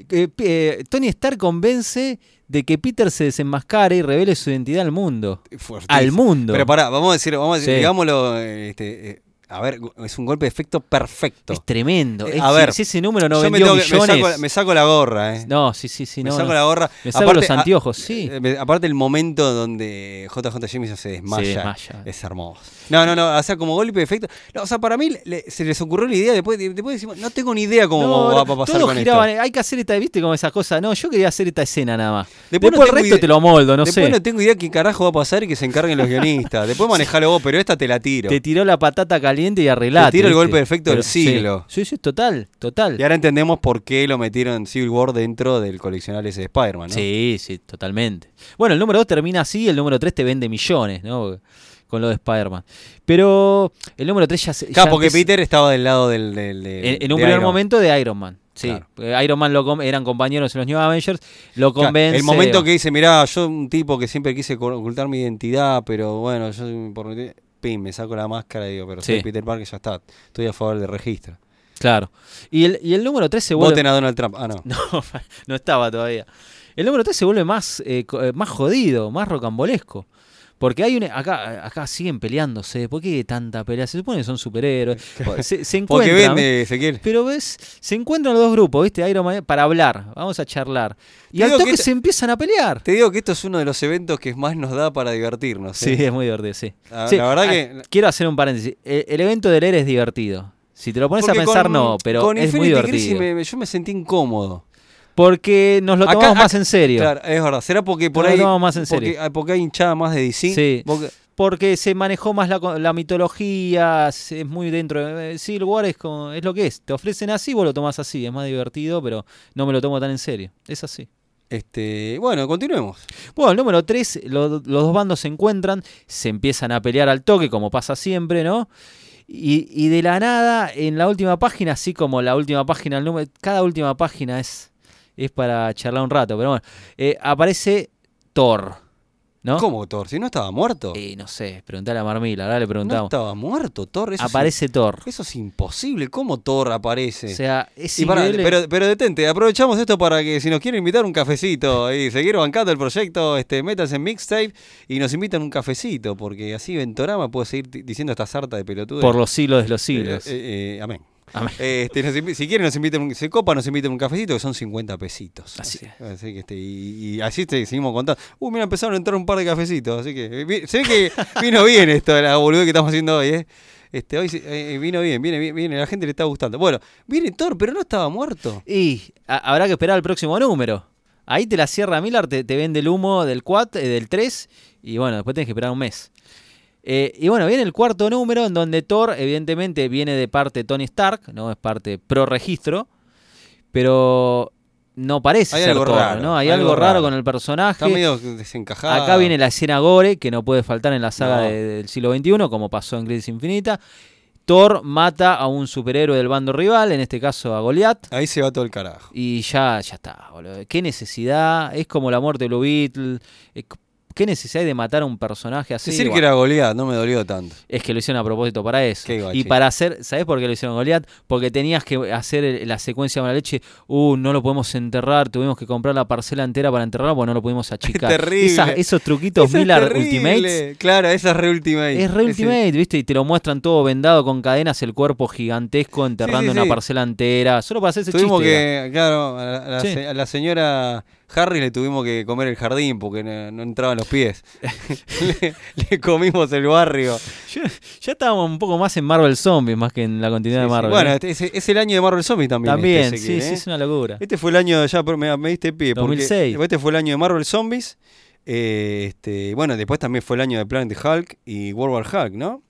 B: eh, eh, Tony Stark convence de que Peter se desenmascare y revele su identidad al mundo.
A: Fuertísimo.
B: Al mundo.
A: Pero pará, vamos a decir, vamos a decir,
B: Sí.
A: digámoslo, este, eh, a ver, es un golpe de efecto perfecto.
B: es tremendo.
A: Eh,
B: Es-
A: a ver,
B: si ese número no
A: Yo me,
B: vendió
A: tengo que- me
B: millones.
A: saco, me saco la gorra, eh.
B: No, sí, sí, sí.
A: me
B: no,
A: saco
B: no.
A: la gorra.
B: Me saco los
A: a-
B: anteojos, sí.
A: eh, me- aparte el momento donde JJ Jameson se desmaya,
B: desmaya.
A: es hermoso. No, no, no, o sea, como golpe de efecto. No, o sea, para mí le- se les ocurrió la idea, después, después decimos, no tengo ni idea cómo
B: No,
A: va a
B: no,
A: pasar
B: todos
A: con
B: giraban,
A: esto.
B: eh, hay que hacer esta, viste, como esas cosas. No, yo quería hacer esta escena nada más.
A: Después
B: Después,
A: no
B: el
A: tengo
B: resto
A: idea-
B: te lo moldo, no
A: después
B: sé.
A: no tengo idea qué carajo va a pasar y que se encarguen los guionistas. Después manejalo vos, pero esta te la tiro.
B: Te tiró la patata caliente y arreglate.
A: Te tiro el
B: ¿viste?
A: golpe de efecto del
B: Pero- sí,
A: siglo.
B: Sí, sí, total, total.
A: Y ahora entendemos por qué lo metieron en Civil War dentro del coleccional ese de Spider-Man, ¿no?
B: Sí, sí, totalmente. Bueno, el número 2 termina así, el número 3 te vende millones, ¿no? Con lo de Spider-man. Pero el número 3 ya se.
A: Claro,
B: ya
A: porque
B: empezó-
A: Peter estaba del lado del. del- del-
B: En, en un
A: de
B: primer
A: Iron Man.
B: momento de Iron Man. Sí.
A: Claro.
B: Eh, Iron Man lo com- eran compañeros en los New Avengers. Lo
A: Claro,
B: convence.
A: el momento que dice, mirá, yo un tipo que siempre quise co- ocultar mi identidad, pero bueno, yo por pim, me saco la máscara y digo, pero soy
B: Sí.
A: Peter Parker, ya está. Estoy a favor del registro.
B: Claro. Y el, y el número 3 se vuelve.
A: Voten a Donald Trump. Ah, no.
B: No, no estaba todavía. El número 3 se vuelve más, eh, co- eh, más jodido, más rocambolesco. Porque hay una. Acá, acá siguen peleándose. ¿Por qué tanta pelea? Se supone que son superhéroes. Se, se
A: Porque
B: encuentran.
A: vende Ezequiel.
B: Pero ves, se encuentran los dos grupos, ¿viste? Iron Man, para hablar, vamos a charlar. Y
A: Te
B: al
A: digo
B: toque
A: que
B: se empiezan a pelear.
A: Te digo que esto es uno de los eventos que más nos da para divertirnos.
B: Sí,
A: ¿eh?
B: es muy divertido, sí.
A: La-
B: Sí,
A: la verdad
B: ah,
A: que-
B: Quiero hacer un paréntesis. El, el evento del ERE E es divertido. Si te lo pones
A: Porque
B: a pensar,
A: con-
B: no, pero
A: con
B: es muy
A: Infinity Crisis
B: divertido.
A: me- me- yo me sentí incómodo.
B: Porque nos lo
A: Acá-
B: tomamos
A: acá-
B: más en serio.
A: Claro, es verdad. ¿Será porque por
B: No,
A: ahí.
B: no, más en serio.
A: Porque, ah, porque hay hinchada más de DC.
B: Sí.
A: Porque-
B: Porque se manejó más la, co- la mitología, se- es muy dentro. de- eh, Civil War es, como- es lo que es. Te ofrecen así, vos lo tomás así. Es más divertido, pero no me lo tomo tan en serio. Es así.
A: Este, bueno, continuemos.
B: Bueno, el número 3, los dos bandos se encuentran, se empiezan a pelear al toque, como pasa siempre, ¿no? Y, y de la nada, en la última página, así como la última página, el número, cada última página es, es para charlar un rato, pero bueno, eh, aparece Thor, ¿no?
A: ¿Cómo Thor? Si no estaba muerto.
B: Eh, no sé, preguntale a Marmila, ahora le
A: no
B: preguntamos.
A: estaba muerto, Thor. Eso es-
B: aparece Thor.
A: eso es imposible. ¿Cómo Thor aparece?
B: O sea, es
A: Y pará,
B: increíble.
A: pero, pero detente, aprovechamos esto para que si nos quieren invitar un cafecito y seguir bancando el proyecto, este, métanse en mixtape y nos invitan un cafecito, porque así Ventorama puede seguir ti- diciendo esta sarta de pelotudes.
B: por los siglos de los
A: Eh,
B: siglos.
A: eh, eh, amén.
B: Amén.
A: Este, nos invi- si quieren, nos invitan, un- se copa, nos invitan un cafecito que son 50 pesitos.
B: Así
A: así que este, y, y así te seguimos contando. Uy, mira, empezaron a entrar un par de cafecitos. Así que eh, vi- se ve que vino bien esto, la boludez que estamos haciendo hoy. ¿eh? Este, hoy sí, eh, vino bien, viene, bien, viene, la gente le está gustando. Bueno, viene Thor, pero no estaba muerto.
B: Y a- habrá que esperar el próximo número. Ahí te la cierra Miller, te, te vende el humo del 4, del 3, y bueno, después tenés que esperar un mes. Eh, y bueno, viene el cuarto número en donde Thor, evidentemente, viene de parte de Tony Stark, no es parte pro registro, pero no parece
A: Hay
B: ser
A: algo
B: Thor,
A: raro,
B: ¿no? Hay algo, raro con el personaje.
A: Está medio desencajado.
B: Acá viene la escena gore, que no puede faltar en la saga
A: No.
B: de- del siglo XXI, como pasó en Crisis Infinita. Thor mata a un superhéroe del bando rival, en este caso a Goliath.
A: Ahí se va todo el carajo.
B: Y ya, ya está, boludo. Qué necesidad. Es como la muerte de Blue Beetle. Eh, Qué necesidad hay de matar a un personaje así.
A: Decir que
B: Bueno,
A: era goleada no me dolió tanto.
B: Es que lo hicieron a propósito para eso.
A: Qué guachi.
B: Y para hacer, ¿sabés por qué lo hicieron Goliath? Porque tenías que hacer el- la secuencia de la leche. Uh, no lo podemos enterrar, tuvimos que comprar la parcela entera para enterrarlo porque no lo pudimos achicar.
A: terrible.
B: Esas- esos truquitos
A: Eso es
B: Miller
A: terrible.
B: Ultimates.
A: Claro, esa es re Ultimate.
B: Es re Ultimate, ¿viste? Y te lo muestran todo vendado con cadenas, el cuerpo gigantesco enterrando
A: sí,
B: una
A: sí.
B: parcela entera. Solo para hacer ese
A: Tuvimos
B: chiste. era.
A: que, claro, a la, a la
B: Sí.
A: se- a la señora Harris le tuvimos que comer el jardín porque no, no entraban los pies. le, le comimos el barrio.
B: Yo- ya estábamos un poco más en Marvel Zombies, más que en la
A: Sí,
B: continuidad
A: sí.
B: de Marvel.
A: Bueno,
B: ¿eh?
A: este- es, es el año de Marvel Zombie también.
B: también,
A: este,
B: sí,
A: Ezequiel,
B: sí,
A: ¿eh?
B: es una locura.
A: Este fue el año ya, pero me, me diste pie. porque
B: 2006.
A: Este fue el año de Marvel Zombies. eh, este, bueno, después también fue el año de Planet Hulk y World War Hulk, ¿no?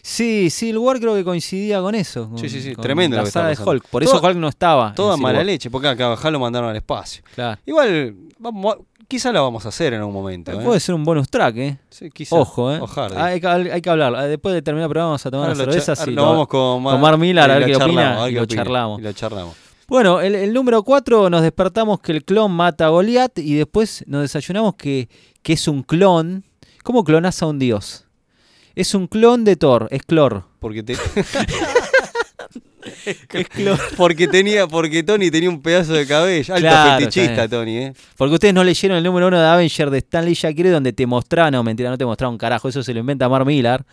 B: Sí, Civil War creo que coincidía con eso. con-
A: Sí, sí, sí,
B: con
A: tremendo lo
B: La
A: que está
B: saga de
A: pasando.
B: Hulk. Por
A: Toda-
B: eso Hulk no estaba. en
A: Toda
B: Civil
A: mala
B: War.
A: leche, porque acá acá lo mandaron al espacio.
B: Claro.
A: Igual, vamos, a- quizá la vamos a hacer en algún momento. ¿eh?
B: Puede ser un bonus track, ¿eh?
A: Sí, quizá.
B: pues, Ojo, ¿eh?
A: O Hardy.
B: Hay, que- hay que hablar. Eh, Después de terminar el programa vamos a tomar
A: Ahora
B: una
A: lo
B: cerveza.
A: cha- ahora
B: y
A: nos
B: lo-
A: vamos con Mar,
B: con Mar Millar, a
A: y
B: ver
A: lo
B: qué opina,
A: charlamos, a ver
B: y
A: qué
B: lo
A: opina,
B: charlamos.
A: y lo charlamos.
B: Bueno, el, el número 4 nos despertamos que el clon mata a Goliat y después nos desayunamos que, que es un clon. ¿Cómo clonás a un dios? Es un clon de Thor, es Clor.
A: Porque te- porque tenía, porque Tony tenía un pedazo de cabello. Alto
B: Claro,
A: fetichista,
B: también.
A: Tony, ¿eh?
B: Porque ustedes no leyeron el número uno de Avenger de Stanley Shakira donde te mostraron, no, mentira, no te mostraron un carajo, eso se lo inventa Mar Millar,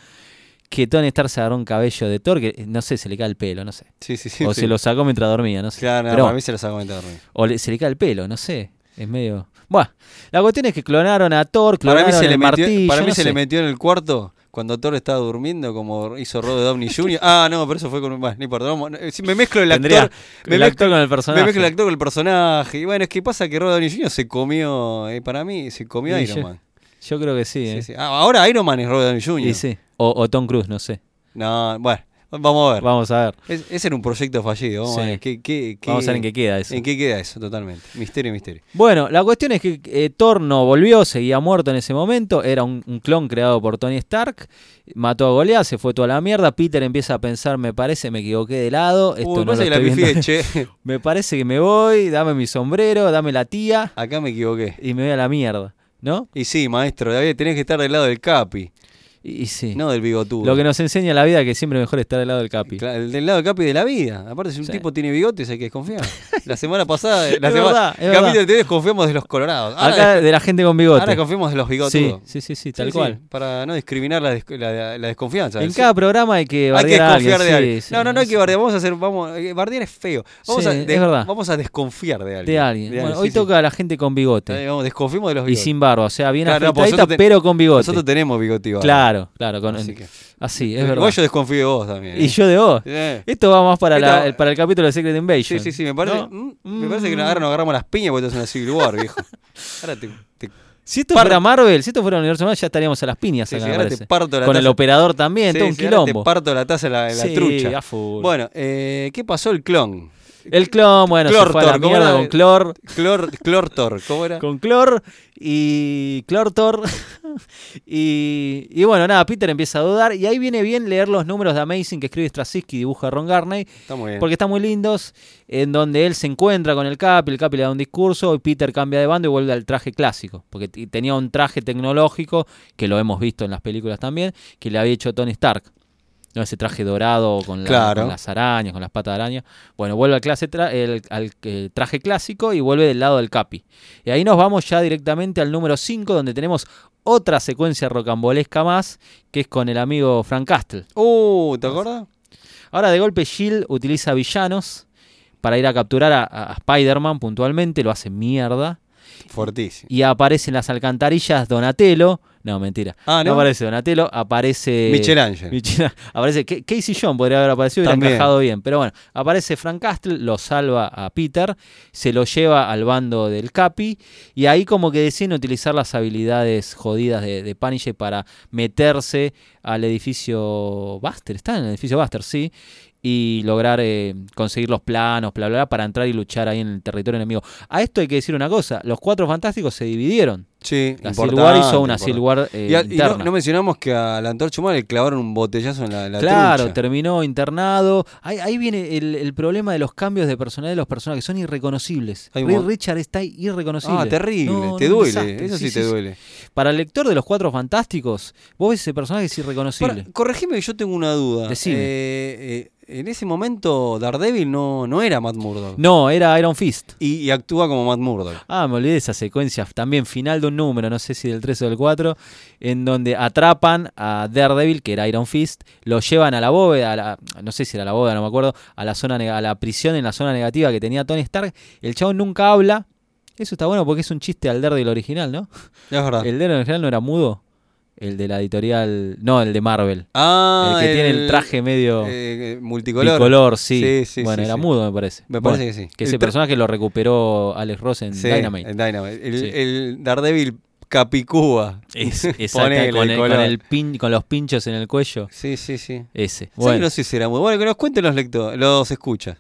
B: que Tony Stark se agarró un cabello de Thor, que no sé, se le cae el pelo, no sé.
A: Sí, sí, sí.
B: o
A: sí.
B: se lo sacó mientras dormía, no sé.
A: Claro, no,
B: Pero
A: para mí se los hago comentar.
B: O le- se le cae el pelo, no sé. Es medio. Bueno, la cuestión es que clonaron a Thor,
A: Para
B: clonaron
A: mí se,
B: el
A: le metió,
B: martillo.
A: para mí
B: no
A: se le
B: sé.
A: metió en el cuarto cuando Thor estaba durmiendo, como hizo Robert Downey Jr. Ah, no, pero eso fue con un. Bueno, no importa. vamos- no, si me mezclo el actor.
B: Tendría
A: me
B: el
A: mezclo-
B: actor con el
A: me
B: personaje.
A: mezclo el actor con el personaje. Y bueno, es que pasa que Robert Downey Jr. se comió, eh, para mí, se comió
B: Y
A: Iron
B: yo-
A: Man.
B: Yo creo que sí,
A: Sí,
B: ¿eh?
A: sí. Ah, ahora Iron Man es Robert Downey Jr.
B: Y sí. O, o Tom Cruise, no sé.
A: No, bueno, vamos a ver.
B: Vamos a ver.
A: Es- ese era un proyecto fallido. Vamos, a,
B: Sí.
A: ver qué, qué- qué-
B: Vamos a ver en qué queda eso.
A: en qué queda eso, totalmente. Misterio, misterio.
B: Bueno, la cuestión es que eh, Thor no volvió, seguía muerto en ese momento, era un, un clon creado por Tony Stark, mató a Goliath, se fue toda la mierda, Peter empieza a pensar, me parece, me equivoqué de lado, esto
A: Uy,
B: no lo
A: pasa que la
B: estoy
A: pifié,
B: viendo.
A: che.
B: me parece que me voy, dame mi sombrero, dame la tía
A: Acá me equivoqué.
B: y me voy a la mierda, ¿no?
A: Y sí, maestro, David, tenés que estar del lado del Capi,
B: Y, y sí.
A: no del bigotudo.
B: Lo que nos enseña la vida es que siempre mejor estar al lado del Capi.
A: Cla- el del lado del Capi de la vida. Aparte, si un
B: Sí.
A: tipo tiene bigotes, hay que desconfiar. La semana pasada, la semana,
B: Es verdad, es
A: capítulo
B: verdad.
A: anterior desconfiamos de los colorados. Ahora,
B: Acá de la gente con bigote.
A: ahora confiamos de los
B: sí,
A: bigotudos.
B: sí, sí, sí,
A: Sí,
B: tal
A: sí,
B: cual.
A: para no discriminar la, des- la- la desconfianza.
B: En
A: Sí.
B: cada programa hay que
A: Hay que
B: bardear a alguien.
A: desconfiar de
B: sí,
A: alguien.
B: sí,
A: no, no, no hay
B: sí.
A: que bardear. Vamos a hacer. Vamos, eh, bardear es feo. Vamos,
B: Sí,
A: a, de-
B: es verdad.
A: vamos a desconfiar de alguien.
B: De alguien. Bueno, hoy
A: sí, sí.
B: toca a la gente con bigote
A: Eh, vamos, desconfiemos de los
B: y
A: bigotes.
B: sin barba, o sea, bien
A: Claro, no, porque
B: afeitadita,
A: nosotros te-
B: pero con bigote.
A: Nosotros tenemos bigote igual.
B: Claro, Claro, claro. Con,
A: Así
B: así,
A: que-
B: es verdad.
A: Igual yo desconfío de vos también.
B: Y
A: ¿eh?
B: yo de vos.
A: Eh,
B: Esto va más para, la-
A: Esta-
B: el- para el capítulo de Secret
A: Sí,
B: Invasion.
A: sí, sí, me parece,
B: ¿No?
A: mm, me parece que ahora nos agarramos las piñas porque estás en la Civil War, viejo. Ahora te, te-
B: Si esto
A: Par-
B: fuera Marvel, si esto fuera Universo Marvel, ya estaríamos a las piñas
A: sí,
B: acá,
A: sí,
B: me
A: ahora
B: parece.
A: te parto la
B: Con el
A: taza.
B: operador también,
A: sí,
B: todo un
A: sí, ahora
B: quilombo.
A: Te parto la taza de la, de la
B: Sí,
A: trucha.
B: a full.
A: Bueno, eh, ¿qué pasó el clon?
B: el clon, bueno, se fue a la
A: Clortor, ¿cómo
B: mierda
A: era?
B: con Clor.
A: Clor, Clortor, ¿cómo era?
B: Con Clor y Clortor. y, y bueno, nada, Peter empieza a dudar. Y ahí viene bien leer los números de Amazing que escribe Straczynski y dibuja Ron Garney.
A: Está muy bien.
B: Porque están muy lindos, en donde él se encuentra con el Capi, el Capi le da un discurso, y Peter cambia de bando y vuelve al traje clásico, porque t- tenía un traje tecnológico, que lo hemos visto en las películas también, que le había hecho Tony Stark. ¿no? Ese traje dorado con, la-
A: Claro.
B: con las arañas, con las patas de araña. Bueno, vuelve al, clase tra- el- al, eh, traje clásico y vuelve del lado del Capi. Y ahí nos vamos ya directamente al número 5, donde tenemos otra secuencia rocambolesca más, que es con el amigo Frank Castle.
A: Uh, ¿te acuerdas?
B: Ahora de golpe Shield utiliza villanos para ir a capturar a, a Spider-Man puntualmente, lo hace mierda.
A: Fortísimo.
B: Y aparece en las alcantarillas Donatello. No, mentira.
A: Ah,
B: no,
A: ¿no?
B: aparece Donatello, aparece...
A: Michelangelo.
B: Michel- aparece Ca- Casey John podría haber aparecido y hubiera
A: También.
B: encajado bien. Pero bueno, aparece Frank Castle, lo salva a Peter, se lo lleva al bando del Capi y ahí como que deciden utilizar las habilidades jodidas de, de Punisher para meterse al edificio Buster. Está en el edificio Buster, sí. Y lograr eh, conseguir los planos, bla, bla, bla, para entrar y luchar ahí en el territorio enemigo. A esto hay que decir una cosa: los cuatro fantásticos se dividieron.
A: Sí,
B: La Civil War
A: importante,
B: hizo una
A: importante.
B: Civil War, eh,
A: Y, a- y no-
B: interna.
A: no, mencionamos que a la antorcha humana le clavaron un botellazo en la, la
B: Claro,
A: trucha.
B: terminó internado. Ahí, ahí viene el, el problema de los cambios de personalidad de los personajes, que son irreconocibles.
A: Hay un
B: Ray
A: mon-
B: Richard está irreconocible.
A: Ah, terrible,
B: No,
A: te
B: no, un
A: duele,
B: desastre.
A: eso sí, te duele.
B: Para el lector de los Cuatro Fantásticos, vos ves ese personaje es irreconocible.
A: Para- corregime que yo tengo una duda.
B: Decime.
A: Eh, eh, en ese momento Daredevil no, no era Matt Murdock.
B: No, era Iron Fist.
A: Y, y actúa como Matt Murdock.
B: Ah, me olvidé de esa secuencia también final de un número, no sé si del 3 o del 4, en donde atrapan a Daredevil, que era Iron Fist, lo llevan a la bóveda, a la- no sé si era la bóveda, no me acuerdo, a la zona neg- a la prisión en la zona negativa que tenía Tony Stark. El chabón nunca habla. Eso está bueno porque es un chiste al Daredevil original, ¿no?
A: Es verdad.
B: El Daredevil original no era mudo. El de la editorial, no, el de Marvel.
A: ah,
B: el que tiene el traje medio
A: eh, multicolor.
B: bicolor, sí.
A: Sí, sí,
B: Bueno,
A: sí,
B: era
A: sí.
B: mudo, me parece.
A: Me
B: Bueno,
A: parece que sí.
B: que
A: El
B: ese
A: tra-
B: personaje lo recuperó Alex Ross en
A: Sí,
B: Dynamite.
A: en Dynamite. El,
B: Sí.
A: el Daredevil Capicúa.
B: Es, exacta,
A: Ponele
B: con, el- con
A: color.
B: el pin- con los pinchos en el cuello.
A: Sí, sí, sí.
B: Ese.
A: ¿Sabes que
B: Bueno,
A: no sé si era mudo. Bueno, que nos cuenten los lectores, los escuchas.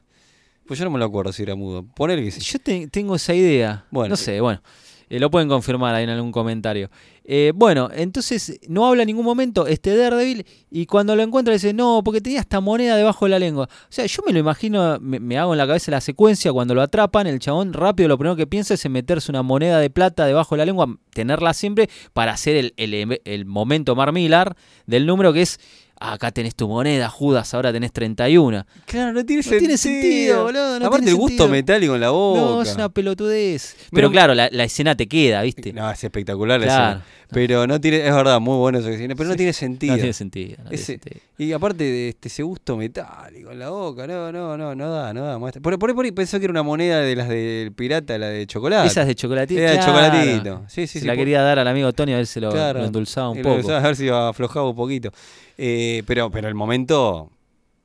A: Pues yo no me lo acuerdo si era mudo. Poner que sí.
B: yo te- tengo esa idea.
A: Bueno.
B: no sé, bueno. Eh, lo pueden confirmar ahí en algún comentario. Eh, bueno, entonces no habla en ningún momento este Daredevil y cuando lo encuentra dice, no, porque tenía esta moneda debajo de la lengua. O sea, yo me lo imagino, me, me hago en la cabeza la secuencia, cuando lo atrapan, el chabón rápido lo primero que piensa es en meterse una moneda de plata debajo de la lengua, tenerla siempre para hacer el, el- el momento marmilar del número que es, "Ah, acá tenés tu moneda, Judas, ahora tenés 31.
A: Claro, no tiene
B: No tiene sentido, boludo. no
A: Aparte
B: tiene
A: el gusto
B: sentido.
A: metálico en la boca.
B: No, es una pelotudez.
A: Mira,
B: Pero
A: un-
B: claro, la, la escena te queda, ¿viste? No,
A: No, es espectacular la
B: Claro.
A: escena. Pero no tiene, es verdad, muy bueno eso que tiene, pero no tiene sentido.
B: tiene sentido. no tiene
A: Ese-
B: sentido.
A: Y aparte de este, ese gusto metálico en la boca, no, no, no, no da, no da. maestra. Por, por ahí, por ahí pensó que era una moneda de las del pirata, la de chocolate.
B: Esa es de chocolatito.
A: Era de
B: claro.
A: chocolatito. Sí, sí,
B: Se
A: sí.
B: la
A: por-
B: quería dar al amigo Tony a ver si lo,
A: claro.
B: lo endulzaba un
A: Y lo
B: poco.
A: usaba A ver si aflojaba un poquito. Eh, pero, pero el momento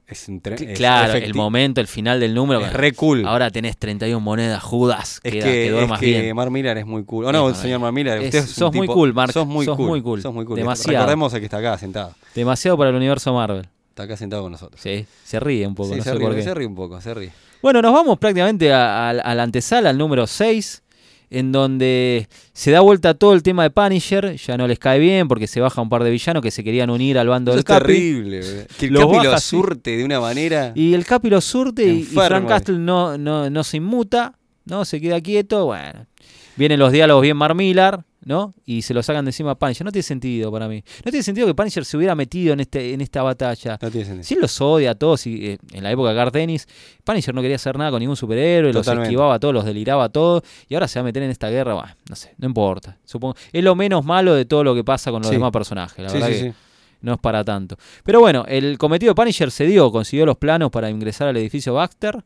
A: es un tre-
B: Cl-
A: es
B: claro, el
A: efecti-
B: momento, el final del número.
A: Es re cool.
B: Ahora tenés 31 monedas, Judas.
A: es
B: queda-
A: que,
B: quedó
A: es
B: más
A: que
B: bien.
A: Mar Miller es muy cool. Oh,
B: Es
A: no,
B: Mar
A: señor Mar Miller,
B: Es-
A: usted es un
B: sos muy
A: tipo-
B: cool, Mark.
A: Sos muy
B: Sos
A: cool.
B: muy cool.
A: Sos muy cool.
B: Demasiado.
A: Recordemos a que está acá sentado.
B: Demasiado para el universo Marvel.
A: Está acá sentado con nosotros.
B: Sí, se ríe un poco.
A: Sí,
B: no
A: se,
B: sé por
A: ríe,
B: qué.
A: se ríe un poco, se ríe.
B: Bueno, nos vamos prácticamente a, a- a la antesala, al número 6, en donde se da vuelta todo el tema de Punisher. Ya no les cae bien porque se baja un par de villanos que se querían unir al bando
A: Eso
B: del
A: es
B: Capi.
A: terrible. boludo. Que el
B: Lo
A: Capi
B: baja
A: lo
B: así.
A: surte de una manera.
B: Y el Capi lo surte y, y
A: Enfermo,
B: Frank
A: eh.
B: Castle no, no, no se inmuta, ¿no? Se queda quieto, bueno. Vienen los diálogos bien marmilar, ¿no? Y se lo sacan de encima a Punisher. No tiene sentido para mí. No tiene sentido que Punisher se hubiera metido en, este, en esta batalla.
A: No tiene sentido.
B: Si él los odia a todos, y, eh, en la época de Garth Ennis, Punisher no quería hacer nada con ningún superhéroe, los
A: Totalmente.
B: esquivaba a todos, los deliraba a todos, y ahora se va a meter en esta guerra, bah, no sé, no importa. Supongo, es lo menos malo de todo lo que pasa con los
A: Sí.
B: demás personajes, la
A: Sí,
B: verdad
A: sí,
B: que
A: sí.
B: no es para tanto. Pero bueno, el cometido de Punisher se dio, consiguió los planos para ingresar al edificio Baxter,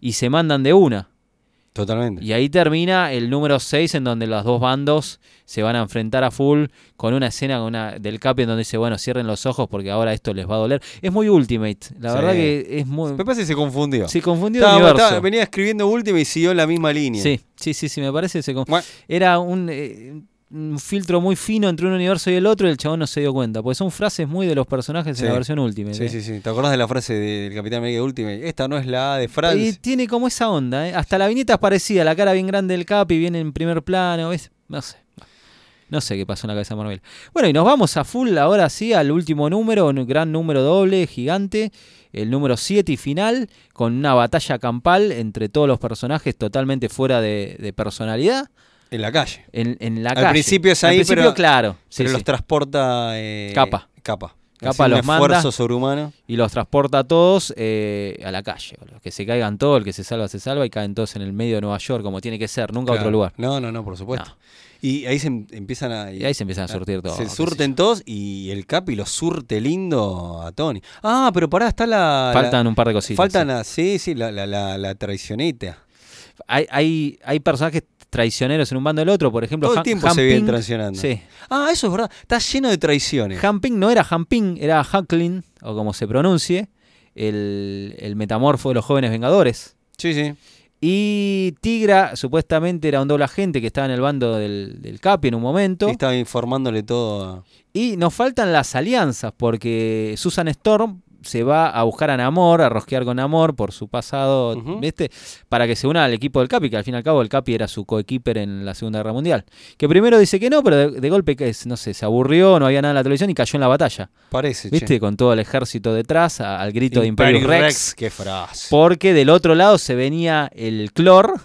B: y se mandan de una.
A: Totalmente.
B: Y ahí termina el número 6 en donde los dos bandos se van a enfrentar a full con una escena con una, del Capi en donde dice, bueno, cierren los ojos porque ahora esto les va a doler. Es muy Ultimate, la
A: Sí.
B: verdad que es muy...
A: Me parece que se confundió.
B: Se confundió
A: Estaba-
B: el universo.
A: estaba- venía escribiendo última y siguió la misma línea.
B: Sí, sí, sí, sí, me parece. que Se conf-
A: Bueno.
B: Era un, eh, un filtro muy fino entre un universo y el otro y el chabón no se dio cuenta. Porque son frases muy de los personajes
A: Sí.
B: en la versión Ultimate.
A: Sí,
B: eh.
A: sí, sí. ¿Te acordás de la frase de- del Capitán América de Ultimate? Esta no es la A de
B: Y
A: Francia.
B: tiene como esa onda, ¿eh? Hasta la viñeta es parecida, la cara bien grande del Capi, viene en primer plano, ¿ves? No sé. No sé qué pasó en la cabeza de Marvel. Bueno, y nos vamos a full ahora sí al último número, un gran número doble, gigante, el número 7 y final, con una batalla campal entre todos los personajes totalmente fuera de, de personalidad,
A: En la calle.
B: en, en la
A: Al
B: calle.
A: principio es
B: Al
A: ahí,
B: principio,
A: pero-
B: claro. sí,
A: pero
B: sí.
A: los transporta. eh,
B: Capa.
A: Capa.
B: Capa
A: Haciendo
B: los
A: un
B: manda.
A: esfuerzo sobrehumano.
B: y los transporta a todos eh, a la calle. boludo. Que se caigan todos, el que se salva, se salva, y caen todos en el medio de Nueva York, como tiene que ser, nunca a otro
A: Claro.
B: lugar.
A: No, no, no, por supuesto.
B: No.
A: Y ahí se em- empiezan a.
B: Y ahí se empiezan a surtir todo.
A: Se
B: qué sé
A: surten todos y el Capi lo surte lindo a Tony. Ah, pero pará, está la.
B: yo.
A: la-
B: Faltan un par de cositas.
A: faltan
B: sí.
A: la- sí, sí, la, la, la, la traicioneta.
B: Hay, hay, hay personajes traicioneros en un bando del otro, por ejemplo.
A: Todo el
B: Han-
A: tiempo
B: Han
A: se vienen
B: Ping-
A: traicionando.
B: Sí.
A: Ah, eso es verdad. Está lleno de traiciones.
B: Han Ping no era Han Ping, era Hacklin, o como se pronuncie, el, el metamorfo de los jóvenes vengadores.
A: Sí, sí.
B: Y Tigra supuestamente era un doble agente que estaba en el bando del, del Capi en un momento.
A: Sí, estaba informándole todo. a-
B: Y nos faltan las alianzas, porque Susan Storm se va a buscar a Namor, a rosquear con Namor por su pasado,
A: Ujú.
B: ¿viste? Para que se una al equipo del Capi, que al fin y al cabo el Capi era su coequiper en la Segunda Guerra Mundial. Que primero dice que no, pero de, de golpe, que es, no sé, se aburrió, no había nada en la televisión y cayó en la batalla,
A: Parece, che.
B: ¿viste? Con todo el ejército detrás, a- al grito de Imperio
A: Imperio
B: Rex,
A: Qué frase.
B: porque del otro lado se venía el Clor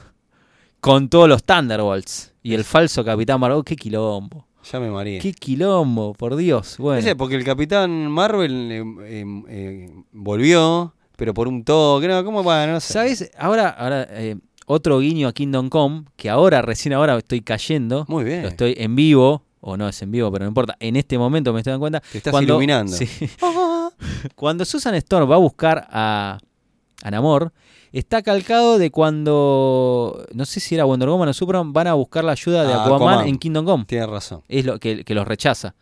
B: con todos los Thunderbolts y el falso Capitán Marvel. ¡Qué quilombo!
A: Ya me mareé.
B: ¡Qué quilombo, por Dios! Bueno.
A: Ese, porque el Capitán Marvel eh, eh, eh, volvió, pero por un toque. No, ¿cómo va? No sé.
B: ¿Sabes? Ahora, ahora eh, otro guiño a Kingdom Come, que ahora, recién ahora estoy cayendo.
A: Muy bien.
B: Lo estoy en vivo, o no es en vivo, pero no importa. En este momento me estoy dando cuenta.
A: Te estás
B: cuando,
A: iluminando.
B: sí.
A: Ah.
B: cuando Susan Storm va a buscar a, a Namor, está calcado de cuando, no sé si era Wonder Woman o Superman, van a buscar la ayuda de
A: A
B: Aquaman,
A: Aquaman.
B: en Kingdom Come.
A: Tienes razón.
B: Es lo que, que los rechaza.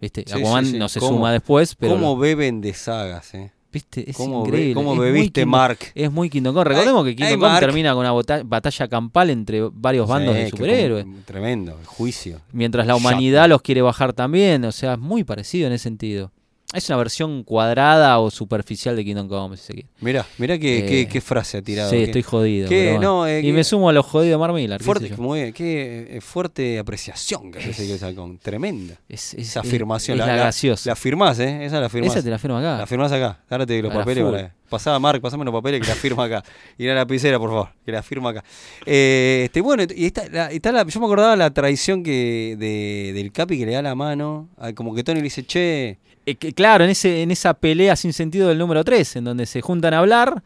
B: ¿Viste?
A: Sí,
B: Aquaman
A: sí, sí.
B: no se
A: ¿Cómo?
B: suma después, pero
A: ¿Cómo beben de sagas, eh?
B: ¿viste? es
A: ¿Cómo, be-
B: increíble.
A: cómo
B: Es muy
A: bebiste,
B: Kingdom-
A: Mark?
B: Es muy Kingdom Come. Recordemos
A: Ay,
B: que Kingdom
A: ay,
B: Come
A: Mark.
B: termina con una bota- batalla campal entre varios bandos
A: Sí,
B: de
A: que
B: superhéroes.
A: como- Tremendo, el juicio.
B: Mientras la humanidad los quiere bajar también. O sea, es muy parecido en ese sentido. Es una versión cuadrada o superficial de Kingdom Come, si se quiere.
A: Mirá, mirá qué,
B: Eh,
A: qué- qué frase ha tirado.
B: sí,
A: qué-
B: estoy jodido.
A: qué-
B: pero bueno.
A: no, eh,
B: y
A: qué-
B: me sumo a los jodidos de Mark Millar, qué sé
A: fuerte,
B: yo.
A: muy bien, qué eh, fuerte apreciación que hace Iglesia Alcón. Tremenda.
B: Es, es-
A: Esa
B: es-
A: afirmación.
B: es la, graciosa.
A: La firmás, ¿eh? Esa la firmás.
B: Esa te la firmo acá.
A: La firmás acá. Dárate los
B: Para
A: papeles.
B: full.
A: para- Pasá, Mark, pasame los papeles que la firma acá. Ir a la lapicera, por favor, que la firma acá. Eh, este, bueno, y está, la- está la- yo me acordaba la traición que de- del Capi que le da la mano. a- Como que Tony le dice, che,
B: Eh, que- claro, en, ese, en esa pelea sin sentido del número 3, en donde se juntan a hablar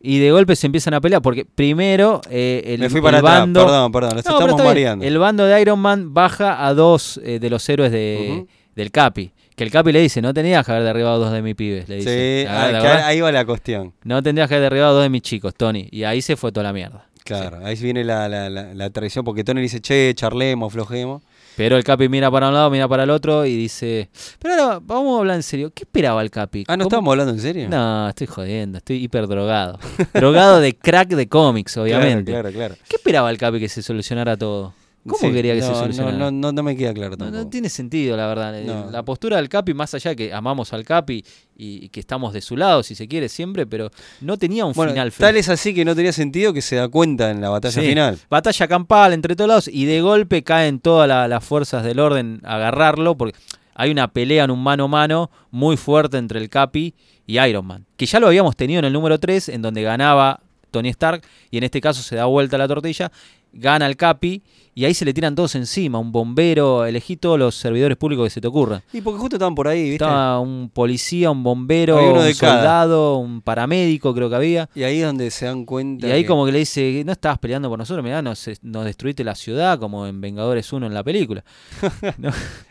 B: y de golpe se empiezan a pelear, porque primero eh, el,
A: me fui
B: el
A: para atrás.
B: bando...
A: Perdón, perdón, nos
B: No, pero
A: estamos
B: está bien.
A: mareando.
B: El bando de Iron Man baja a dos eh, de los héroes de,
A: Ujú.
B: del Capi. Que el Capi le dice, no tenías que haber derribado a dos de mis pibes, le dice.
A: Sí,
B: La verdad,
A: ah,
B: la
A: que
B: verdad,
A: ahí va la cuestión.
B: No tendrías que haber derribado a dos de mis chicos, Tony. Y ahí se fue toda la mierda.
A: Claro, ahí viene la, la, la- la traición, porque Tony le dice, che, charlemos, flojemos.
B: Pero el Capi mira para un lado, mira para el otro y dice... Pero ahora, vamos a hablar en serio. ¿Qué esperaba el Capi?
A: Ah, ¿no
B: ¿Cómo-
A: estábamos hablando en serio?
B: No, estoy jodiendo, estoy hiperdrogado. drogado de crack de cómics,
A: Claro,
B: obviamente.
A: Claro, claro.
B: ¿Qué esperaba el Capi que se solucionara todo? ¿Cómo
A: Sí,
B: quería que
A: no,
B: se
A: no,
B: solucionara?
A: No, no, no me queda claro
B: No,
A: tampoco.
B: no tiene sentido, la verdad. Eh,
A: No.
B: La postura del Capi, más allá de que amamos al Capi y, y que estamos de su lado, si se quiere, siempre, pero no tenía un
A: bueno,
B: final
A: tal
B: feliz.
A: es así que no tenía sentido que se da cuenta en la batalla
B: Sí.
A: final.
B: Batalla campal entre todos lados y de golpe caen todas la- las fuerzas del orden a agarrarlo porque hay una pelea en un mano a mano muy fuerte entre el Capi y Iron Man, que ya lo habíamos tenido en el número 3, en donde ganaba Tony Stark y en este caso se da vuelta la tortilla, gana el Capi y ahí se le tiran todos encima, un bombero, elegí todos los servidores públicos que se te ocurran.
A: Y porque justo estaban por ahí, ¿viste?
B: Estaba un policía, un bombero,
A: Había uno de
B: un
A: cada.
B: soldado, un paramédico creo que había.
A: Y ahí es donde se dan cuenta.
B: Y ahí
A: que-
B: como que le dice, no estabas peleando por nosotros, mirá, nos, nos destruiste la ciudad como en Vengadores 1 en la película.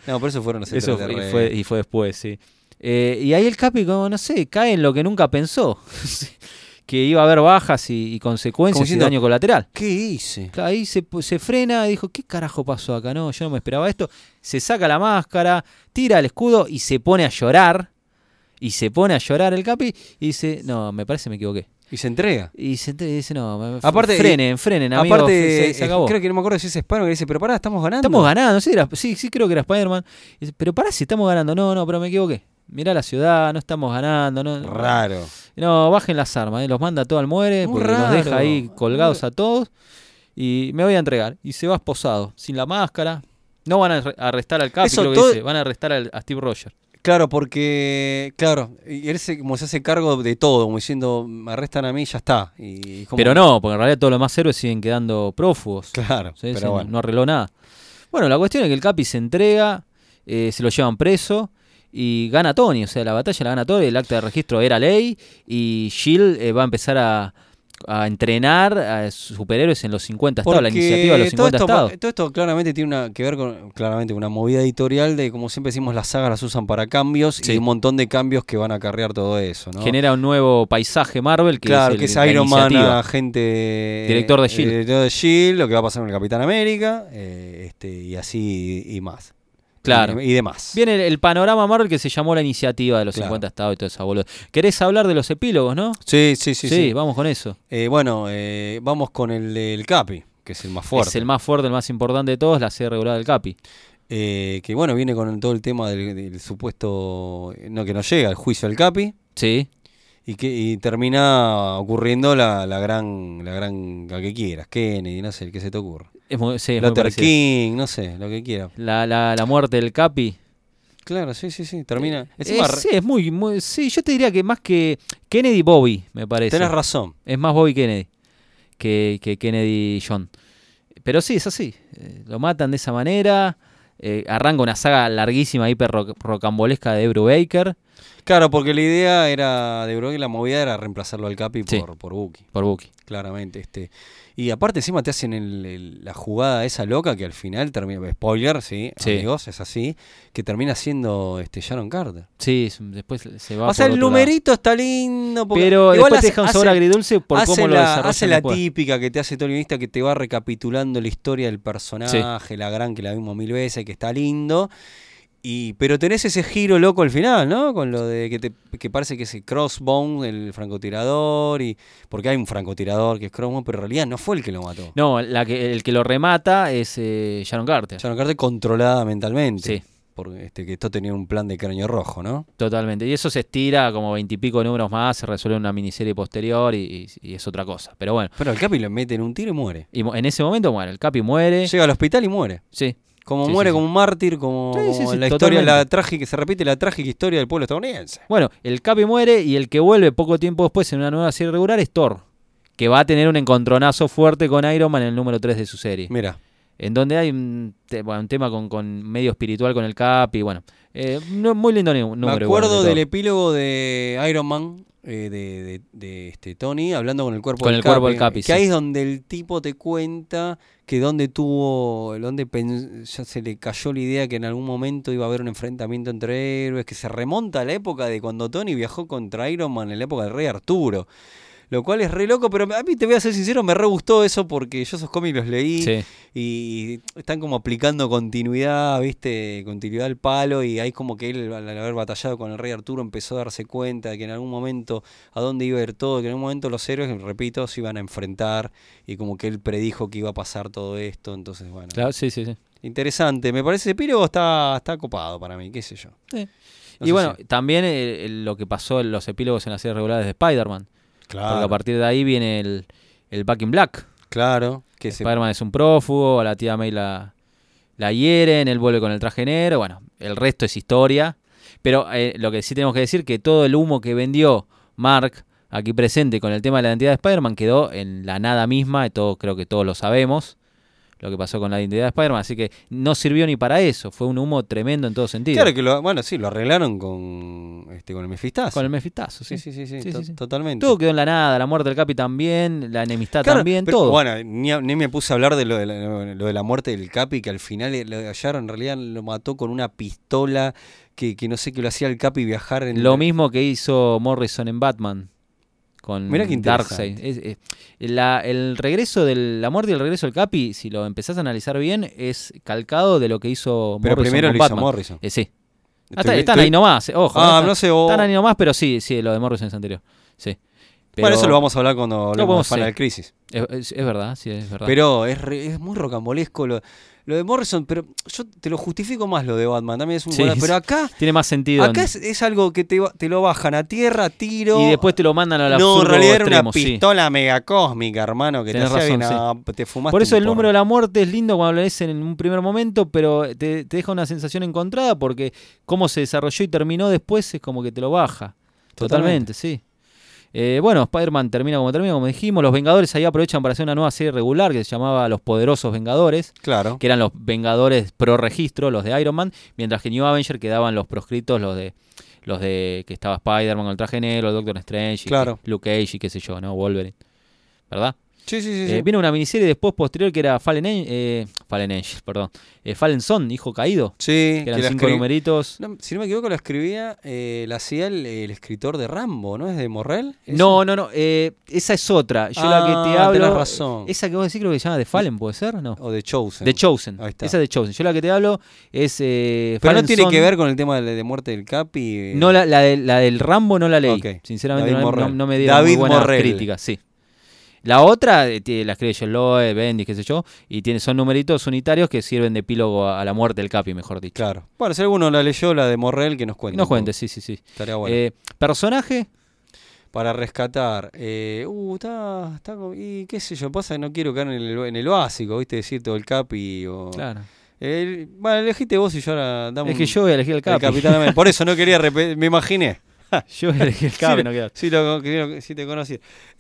A: No, por eso fueron los
B: Eso fue- y
A: extraterrestres.
B: fue, y fue después, sí. Eh, y ahí el Capi como, no sé, cae en lo que nunca pensó. que iba a haber bajas y, y consecuencias
A: Como
B: y
A: diciendo,
B: daño colateral.
A: ¿Qué hice?
B: Claro, Ahí se, pu- se frena y dijo, ¿qué carajo pasó acá? No, yo no me esperaba esto. Se saca la máscara, tira el escudo y se pone a llorar. Y se pone a llorar el capi y dice, no, me parece que me equivoqué.
A: Y se entrega.
B: Y se ent- dice, no, me-
A: Aparte-
B: frenen, frenen, amigos,
A: Aparte,
B: se, se
A: eh,
B: acabó.
A: creo que no me acuerdo si es Spano que dice, pero pará, estamos ganando.
B: Estamos ganando, sí, era- sí, sí creo que era Spider-Man. Y dice, Pero pará, si estamos ganando. No, no, pero me equivoqué. Mirá la ciudad, no estamos ganando. No,
A: Raro.
B: no bajen las armas, eh, los manda todo al muere,
A: Muy
B: porque los
A: raro.
B: deja ahí colgados a todos. Y me voy a entregar. Y se va esposado, sin la máscara. No van a arre- arrestar al capi,
A: Eso
B: creo que
A: todo-
B: dice, van a arrestar al- a Steve Rogers.
A: Claro, porque, claro, y él se, como se hace cargo de todo, como diciendo, me arrestan a mí y ya está. Y, es como-
B: Pero no, porque en realidad todos los más héroes siguen quedando prófugos.
A: Claro,
B: Sí,
A: pero
B: sí, no-
A: bueno.
B: no arregló nada. Bueno, la cuestión es que el Capi se entrega, eh, se lo llevan preso y gana Tony. O sea, la batalla la gana Tony, el acta de registro era ley y Jill eh, va a empezar a, a entrenar a superhéroes en los 50 estados, la
A: Porque
B: iniciativa de los 50
A: todo esto,
B: estados.
A: todo esto claramente tiene una, que ver con claramente una movida editorial de, como siempre decimos, las sagas las usan para cambios
B: Sí.
A: y un montón de cambios que van a acarrear todo eso, ¿no?
B: Genera un nuevo paisaje Marvel que
A: claro,
B: es, el-
A: que es
B: la
A: Iron Man,
B: iniciativa.
A: agente...
B: Director de S.H.I.E.L.D..
A: eh, Director de S.H.I.E.L.D., lo que va a pasar con el Capitán América, eh, este, y así y más.
B: Claro.
A: Y, y demás.
B: Viene el, el panorama Marvel que se llamó la iniciativa de los
A: Claro.
B: 50 estados y toda esa boluda. ¿Querés hablar de los epílogos, no?
A: Sí, sí, sí. sí.
B: vamos con eso.
A: Eh, bueno, eh, vamos con el del Capi, que es el más fuerte.
B: Es el más fuerte, el más importante de todos, la serie regular del Capi.
A: Eh, que bueno, viene con todo el tema del, del supuesto. No, que no llega el juicio al Capi.
B: Sí.
A: Y que y termina ocurriendo la, la gran. La gran. La que quieras. Kennedy, no sé, el que se te ocurra.
B: Es muy, sí, es muy
A: Luther
B: parecido.
A: King, no sé, lo que quiera.
B: La, la, la muerte del Capi.
A: Claro, sí, sí, sí. Termina.
B: Eh,
A: encima,
B: sí, es muy, muy- Sí, yo te diría que más que Kennedy, Bobby, me parece.
A: tenés razón.
B: Es más Bobby Kennedy que, que Kennedy John. Pero sí, es así. Eh, lo matan de esa manera. Eh, arranca una saga larguísima, hiper roc- rocambolesca de Ebru Baker
A: Claro, porque la idea era. De Brogue, la movida era reemplazarlo al Capi
B: Sí.
A: por, por Buki.
B: por Bucky.
A: Claramente, este. Y aparte, encima te hacen el- el- la jugada esa loca que al final termina. Spoiler, sí,
B: Sí.
A: amigos, es así. Que termina siendo este Sharon Carter.
B: Sí, es- después se va
A: o sea,
B: por
A: el
B: otro lado.
A: numerito está lindo. porque igual
B: Pero después te
A: hace-
B: deja un
A: hace-
B: sabor agridulce por
A: hace
B: cómo lo
A: la,
B: desarrollan
A: hace la
B: después.
A: típica que te hace todo el guionista que te va recapitulando la historia del personaje, la gran que la vimos mil veces, que está lindo. Y, pero tenés ese giro loco al final, ¿no? Con lo de que, te, que parece que es el crossbone, el francotirador, y porque hay un francotirador que es crossbone, pero en realidad no fue el que lo mató.
B: No, la que, el que lo remata es eh, Sharon Carter.
A: Sharon Carter controlada mentalmente.
B: Sí.
A: Porque este, que esto tenía un plan de cráneo rojo, ¿no?
B: Totalmente. Y eso se estira como veintipico números más, se resuelve en una miniserie posterior y, y- y es otra cosa. Pero bueno,
A: Pero el Capi le meten un tiro y muere.
B: y mo- en ese momento, bueno, el Capi muere. Sí.
A: Llega al hospital y muere. Como
B: Sí,
A: muere
B: sí, sí.
A: como un mártir, como,
B: Sí, sí,
A: como
B: sí,
A: la historia, la
B: totalmente.
A: trágica, se repite la trágica historia del pueblo estadounidense.
B: Bueno, el Capi muere y el que vuelve poco tiempo después en una nueva serie regular es Thor, que va a tener un encontronazo fuerte con Iron Man en el número 3 de su serie.
A: Mira,
B: En donde hay un, te- bueno, un tema con, con medio espiritual con el Capi, bueno. Eh, no- muy lindo nu- número.
A: me
B: igual
A: acuerdo
B: de
A: del
B: Thor.
A: epílogo de Iron Man, eh, de, de- de, este, Tony, hablando con el cuerpo
B: Con
A: del
B: el cuerpo
A: Capi,
B: del Capi,
A: Que
B: sí.
A: ahí es donde el tipo te cuenta que donde tuvo, donde pen- ya se le cayó la idea que en algún momento iba a haber un enfrentamiento entre héroes, que se remonta a la época de cuando Tony viajó contra Iron Man, en la época del Rey Arturo. Lo cual es re loco, pero a mí te voy a ser sincero, me re gustó eso porque yo esos cómics los leí.
B: Sí.
A: y están como aplicando continuidad, ¿viste? Continuidad al palo y ahí como que él al al haber batallado con el rey Arturo empezó a darse cuenta de que en algún momento a dónde iba a ir todo, que en algún momento los héroes, repito, se iban a enfrentar y como que él predijo que iba a pasar todo esto, entonces bueno.
B: Claro, sí, sí, sí.
A: Interesante, me parece ese pílogo está está copado para mí, qué sé yo.
B: Sí.
A: Eh. No
B: y
A: sé
B: bueno,
A: si-
B: también eh, el- lo que pasó en los epílogos en las series regulares de Spider-Man. Porque a partir de ahí viene el, el Back in Black.
A: claro, que se
B: Spider-Man es un prófugo, a la tía May la, la hieren, él vuelve con el traje negro. Bueno, el resto es historia. Pero eh, lo que sí tenemos que decir que todo el humo que vendió Mark aquí presente con el tema de la identidad de Spider-Man quedó en la nada misma. y Todo, creo que todos lo sabemos. Lo que pasó con la identidad de Spider-Man. Así que no sirvió ni para eso. Fue un humo tremendo en todo sentido.
A: Claro que lo, bueno, sí, lo arreglaron con este con el Mefistazo.
B: Con el mefistazo,
A: sí, sí, sí, sí,
B: Sí,
A: to-
B: sí, sí.
A: totalmente.
B: Todo quedó en la nada, la muerte del Capi también, la enemistad
A: Claro,
B: también,
A: pero,
B: todo.
A: Bueno, ni, a- ni me puse a hablar de lo de, la, lo de la muerte del Capi, que al final eh, lo hallaron, en realidad lo mató con una pistola que, que no sé qué lo hacía el Capi viajar en...
B: Lo mismo que hizo Morrison en Batman. con
A: Mirá qué
B: Darkseid. Es- es- la- el regreso de la muerte y el regreso del Capi, si lo empezás a analizar bien, es calcado de lo que hizo
A: Pero
B: Morrison
A: primero
B: con
A: lo hizo
B: Batman.
A: Morrison.
B: Eh, sí. Ah,
A: Estoy-
B: está- están
A: estoy-
B: ahí nomás, eh, ojo.
A: Ah,
B: eh,
A: no sé, o-
B: Están ahí nomás, pero sí, sí, lo de Morrison es anterior. Sí. Pero-
A: Bueno, eso lo vamos a hablar cuando hablemos
B: podemos
A: de Final
B: hacer.
A: Crisis.
B: Es, es- es verdad, sí, es verdad.
A: Pero es, re- es muy rocambolesco lo, lo de Morrison, pero yo te lo justifico más lo de Batman, también es un
B: Sí,
A: golazo,
B: sí.
A: Pero acá,
B: Tiene más sentido.
A: acá
B: en-
A: es, es algo que te, va- te lo bajan a tierra, tiro.
B: y después te lo mandan a la
A: No, en realidad era una pistola megacósmica, hermano, que
B: Tenés
A: te hacía bien
B: razón,
A: a- te fumaste
B: Por eso
A: un
B: el número
A: porro.
B: de la muerte es lindo cuando lo lees en un primer momento, pero te, te deja una sensación encontrada porque cómo se desarrolló y terminó después es como que te lo baja.
A: Totalmente.
B: Totalmente, sí. Eh, bueno, Spider-Man termina como termina, como dijimos. Los Vengadores ahí aprovechan para hacer una nueva serie regular que se llamaba Los Poderosos Vengadores,
A: Claro.
B: que eran los Vengadores pro registro, los de Iron Man, mientras que New Avenger quedaban los proscritos, los de los de que estaba Spider-Man con el traje negro, el Doctor Strange, y
A: Claro.
B: que- Luke Cage y qué sé yo, ¿no? Wolverine. ¿Verdad?
A: Sí, sí, sí.
B: Eh,
A: sí.
B: viene una miniserie después posterior que era Fallen, An- eh, Fallen Angel, perdón. Eh, Fallen Son, Hijo Caído.
A: Sí,
B: Que
A: que
B: eran
A: la
B: cinco
A: escribí-
B: numeritos.
A: No, si no me equivoco, la escribía, eh, la hacía el, el escritor de Rambo, ¿no? ¿Es de Morrell? ¿Ese?
B: No, no, no. eh, esa es otra. Yo la que te
A: Ah,
B: hablo.
A: tenés razón.
B: Esa que vos decís creo que se llama The Fallen, ¿puede ser? No.
A: O de Chosen.
B: The Chosen.
A: Ahí está.
B: Esa de Chosen. Yo la que te hablo es. eh,
A: Pero no
B: Fallen
A: tiene
B: Son.
A: que ver con el tema de, de muerte del Capi. eh,
B: No, la, la del- la del Rambo no la leí.
A: Ok.
B: Sinceramente,
A: David
B: no, no-
A: Morrell.
B: no me dieron muy
A: David
B: buenas
A: Morrell.
B: críticas, sí. La otra eh, tiene- la escribe John Loe, Bendis, qué sé yo, y tiene, son numeritos unitarios que sirven de epílogo a, a la muerte del Capi, mejor dicho.
A: Claro. Bueno, si alguno la leyó, la de Morrell, que nos
B: Que
A: cuente. un
B: nos
A: poco.
B: cuentes, sí, sí, sí.
A: Estaría bueno.
B: Eh, personaje,
A: Para rescatar. eh, uh, está, está co- Y qué sé yo, pasa que no quiero caer en el, en el básico, ¿viste? Decir todo el Capi o.
B: claro.
A: El- bueno, elegiste vos y yo ahora damos.
B: Es que yo voy a elegir el
A: El
B: Capi.
A: Capitán América. Por eso no quería repetir, me imaginé.
B: yo voy a elegir el Capi,
A: sí,
B: no queda.
A: sí, lo- que- sí te conocí.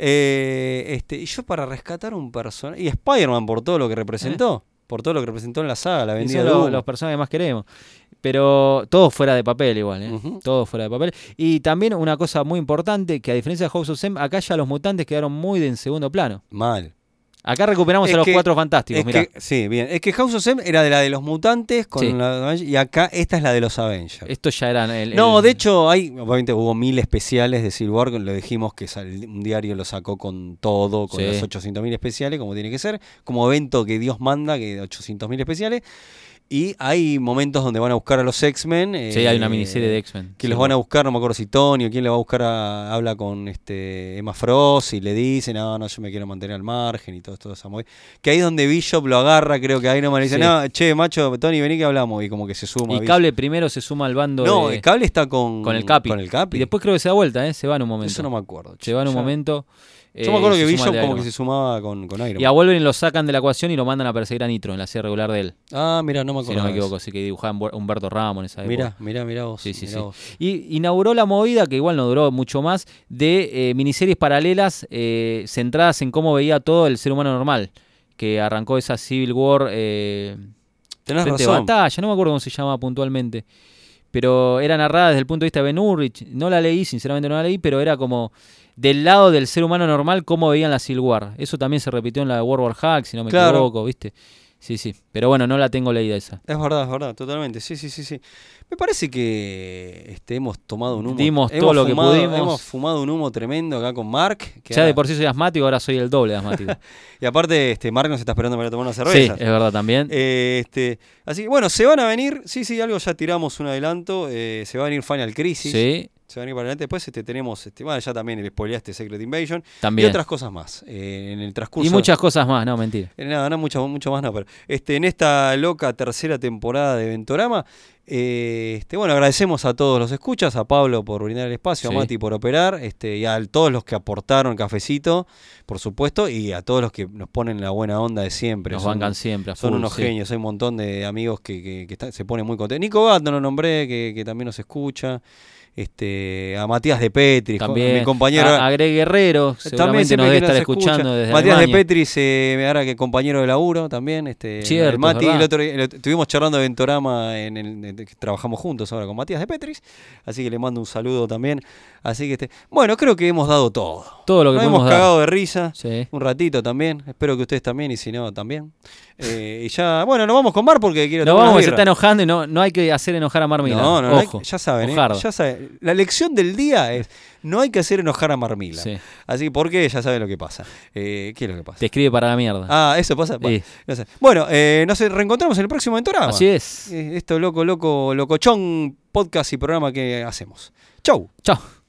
A: Eh, este, y yo para rescatar un personaje. Y Spider-Man por todo lo que representó. Por todo lo que representó en la saga, la
B: ¿Eh? Y
A: vendida
B: Son
A: de
B: lo-
A: humo.
B: los personajes que más queremos. Pero todos fuera de papel igual, ¿eh?
A: Ujú.
B: Todos fuera de papel. Y también una cosa muy importante, que a diferencia de House of M, acá ya los mutantes quedaron muy de en segundo plano.
A: Mal.
B: Acá recuperamos
A: Es
B: a los
A: que-
B: cuatro fantásticos,
A: Es
B: mirá.
A: que, sí, bien. Es que House of M era de la de los mutantes con
B: Sí.
A: la- y acá esta es la de los Avengers.
B: Esto ya eran el,
A: no,
B: el-
A: de hecho, hay, obviamente hubo mil especiales de Silver, lo dijimos que sal- un diario lo sacó con todo, con
B: Sí.
A: los 800.000 especiales, como tiene que ser, como evento que Dios manda, que 800.000 especiales. Y hay momentos donde van a buscar a los X-Men.
B: Sí,
A: eh,
B: hay una miniserie de X-Men.
A: que
B: sí.
A: los van a buscar, no me acuerdo si Tony o quién le va a buscar, a- habla con este Emma Frost y le dice, no, no, yo me quiero mantener al margen y todo esto. esa movida. Que ahí es donde Bishop lo agarra, creo que ahí nomás le dice,
B: Sí.
A: no, che, macho, Tony, vení que hablamos. Y como que se suma.
B: Y
A: Bishop.
B: Cable primero se suma al bando
A: no,
B: de-
A: el cable está con,
B: con el Capi.
A: Con el Capi.
B: Y después creo que se da vuelta, ¿eh? Se va en un momento.
A: Eso no me acuerdo.
B: Se va en un
A: Ya-
B: momento. eh,
A: Yo me acuerdo que
B: Bishop
A: Bishop como que se sumaba con, con Iron
B: Y a
A: Man.
B: Wolverine lo sacan de la ecuación y lo mandan a perseguir a Nitro en la serie regular de él,
A: Ah, mira, no me
B: si
A: acuerdo.
B: no me equivoco. Así que dibujaba Humber- Humberto Ramos en esa época.
A: Mira, mira, mira vos.
B: Sí, sí,
A: mirá
B: sí.
A: vos.
B: Y inauguró la movida, que igual no duró mucho más, de eh, miniseries paralelas eh, centradas en cómo veía todo el ser humano normal. Que arrancó esa Civil War. Eh,
A: Tenés
B: Frente de
A: razón.
B: batalla, no me acuerdo cómo se llama puntualmente. Pero era narrada desde el punto de vista de Ben Urich. No la leí, sinceramente no la leí, pero era como del lado del ser humano normal, cómo veían la Civil War. Eso también se repitió en la de World War Hack, si no me
A: Claro.
B: equivoco, ¿viste? Sí, sí. Pero bueno, no la tengo leída esa.
A: Es verdad, es verdad, totalmente. Sí, sí, sí, sí. Me parece que este, hemos tomado un humo.
B: Dimos
A: hemos
B: todo lo que
A: fumado-
B: pudimos.
A: Hemos fumado un humo tremendo acá con Mark. que
B: ya
A: ahora-
B: de por sí soy asmático, ahora soy el doble de asmático.
A: Y aparte, este, Mark nos está esperando para tomar una
B: sí,
A: cerveza.
B: es verdad también.
A: Eh, este, así que bueno, se van a venir. Sí, sí, algo ya tiramos un adelanto. eh, se va a venir Final Crisis.
B: sí,
A: Se va a venir para adelante. Después este, tenemos, este, bueno, ya también el spoileaste Secret Invasion.
B: también.
A: Y otras cosas más. eh, en el transcurso.
B: Y muchas cosas más, no, mentira.
A: Eh, Nada, no, mucho, mucho más no, pero este, en esta loca tercera temporada de Ventorama, eh, este, bueno, agradecemos a todos los escuchas, a Pablo por brindar el espacio,
B: Sí.
A: a Mati por operar, este, y a todos los que aportaron cafecito, por supuesto, y a todos los que nos ponen la buena onda de siempre.
B: Nos
A: Son-
B: bancan siempre. a
A: Son
B: full,
A: unos
B: sí.
A: genios, hay un montón de amigos que, que- que están- se ponen muy contentos. Nico Gat, no lo nombré, que, que también nos escucha. Este, a Matías de Petri, jo-
B: También.
A: mi compañero.
B: A, a Greg Guerrero, seguramente
A: siempre
B: nos debe
A: que
B: estar
A: escucha.
B: escuchando desde
A: Matías
B: Alemania.
A: de Petris, eh, ahora que compañero de laburo también. Este,
B: Cierto,
A: el Mati,
B: es verdad.
A: el otro, día- el otro- estuvimos charlando de Ventorama, en el, en- que trabajamos juntos ahora con Matías de Petris. Así que le mando un saludo también. Así que, este, bueno, creo que hemos dado todo.
B: Todo lo que
A: Nos hemos
B: pudimos dar.
A: cagado de risa.
B: Sí.
A: Un ratito también, espero que ustedes también, y si no, también. Eh, y ya, bueno, nos vamos con Mar porque quiero
B: No
A: tomar
B: vamos,
A: unas
B: se está
A: birras.
B: enojando y no, no hay que hacer enojar a Marmita.
A: No, no, no,
B: Ojo.
A: ya saben, eh,
B: Ojardo.
A: ya saben. la lección del día es, no hay que hacer enojar a Marmila.
B: Sí.
A: Así que, porque ya saben lo que pasa. Eh, ¿Qué es lo que pasa?
B: Te escribe para la mierda.
A: Ah, eso pasa. Bueno,
B: Sí.
A: no sé. Bueno, eh, nos reencontramos en el próximo Entorama.
B: Así es.
A: Eh, Esto loco, loco, locochón podcast y programa que hacemos. Chau.
B: Chao.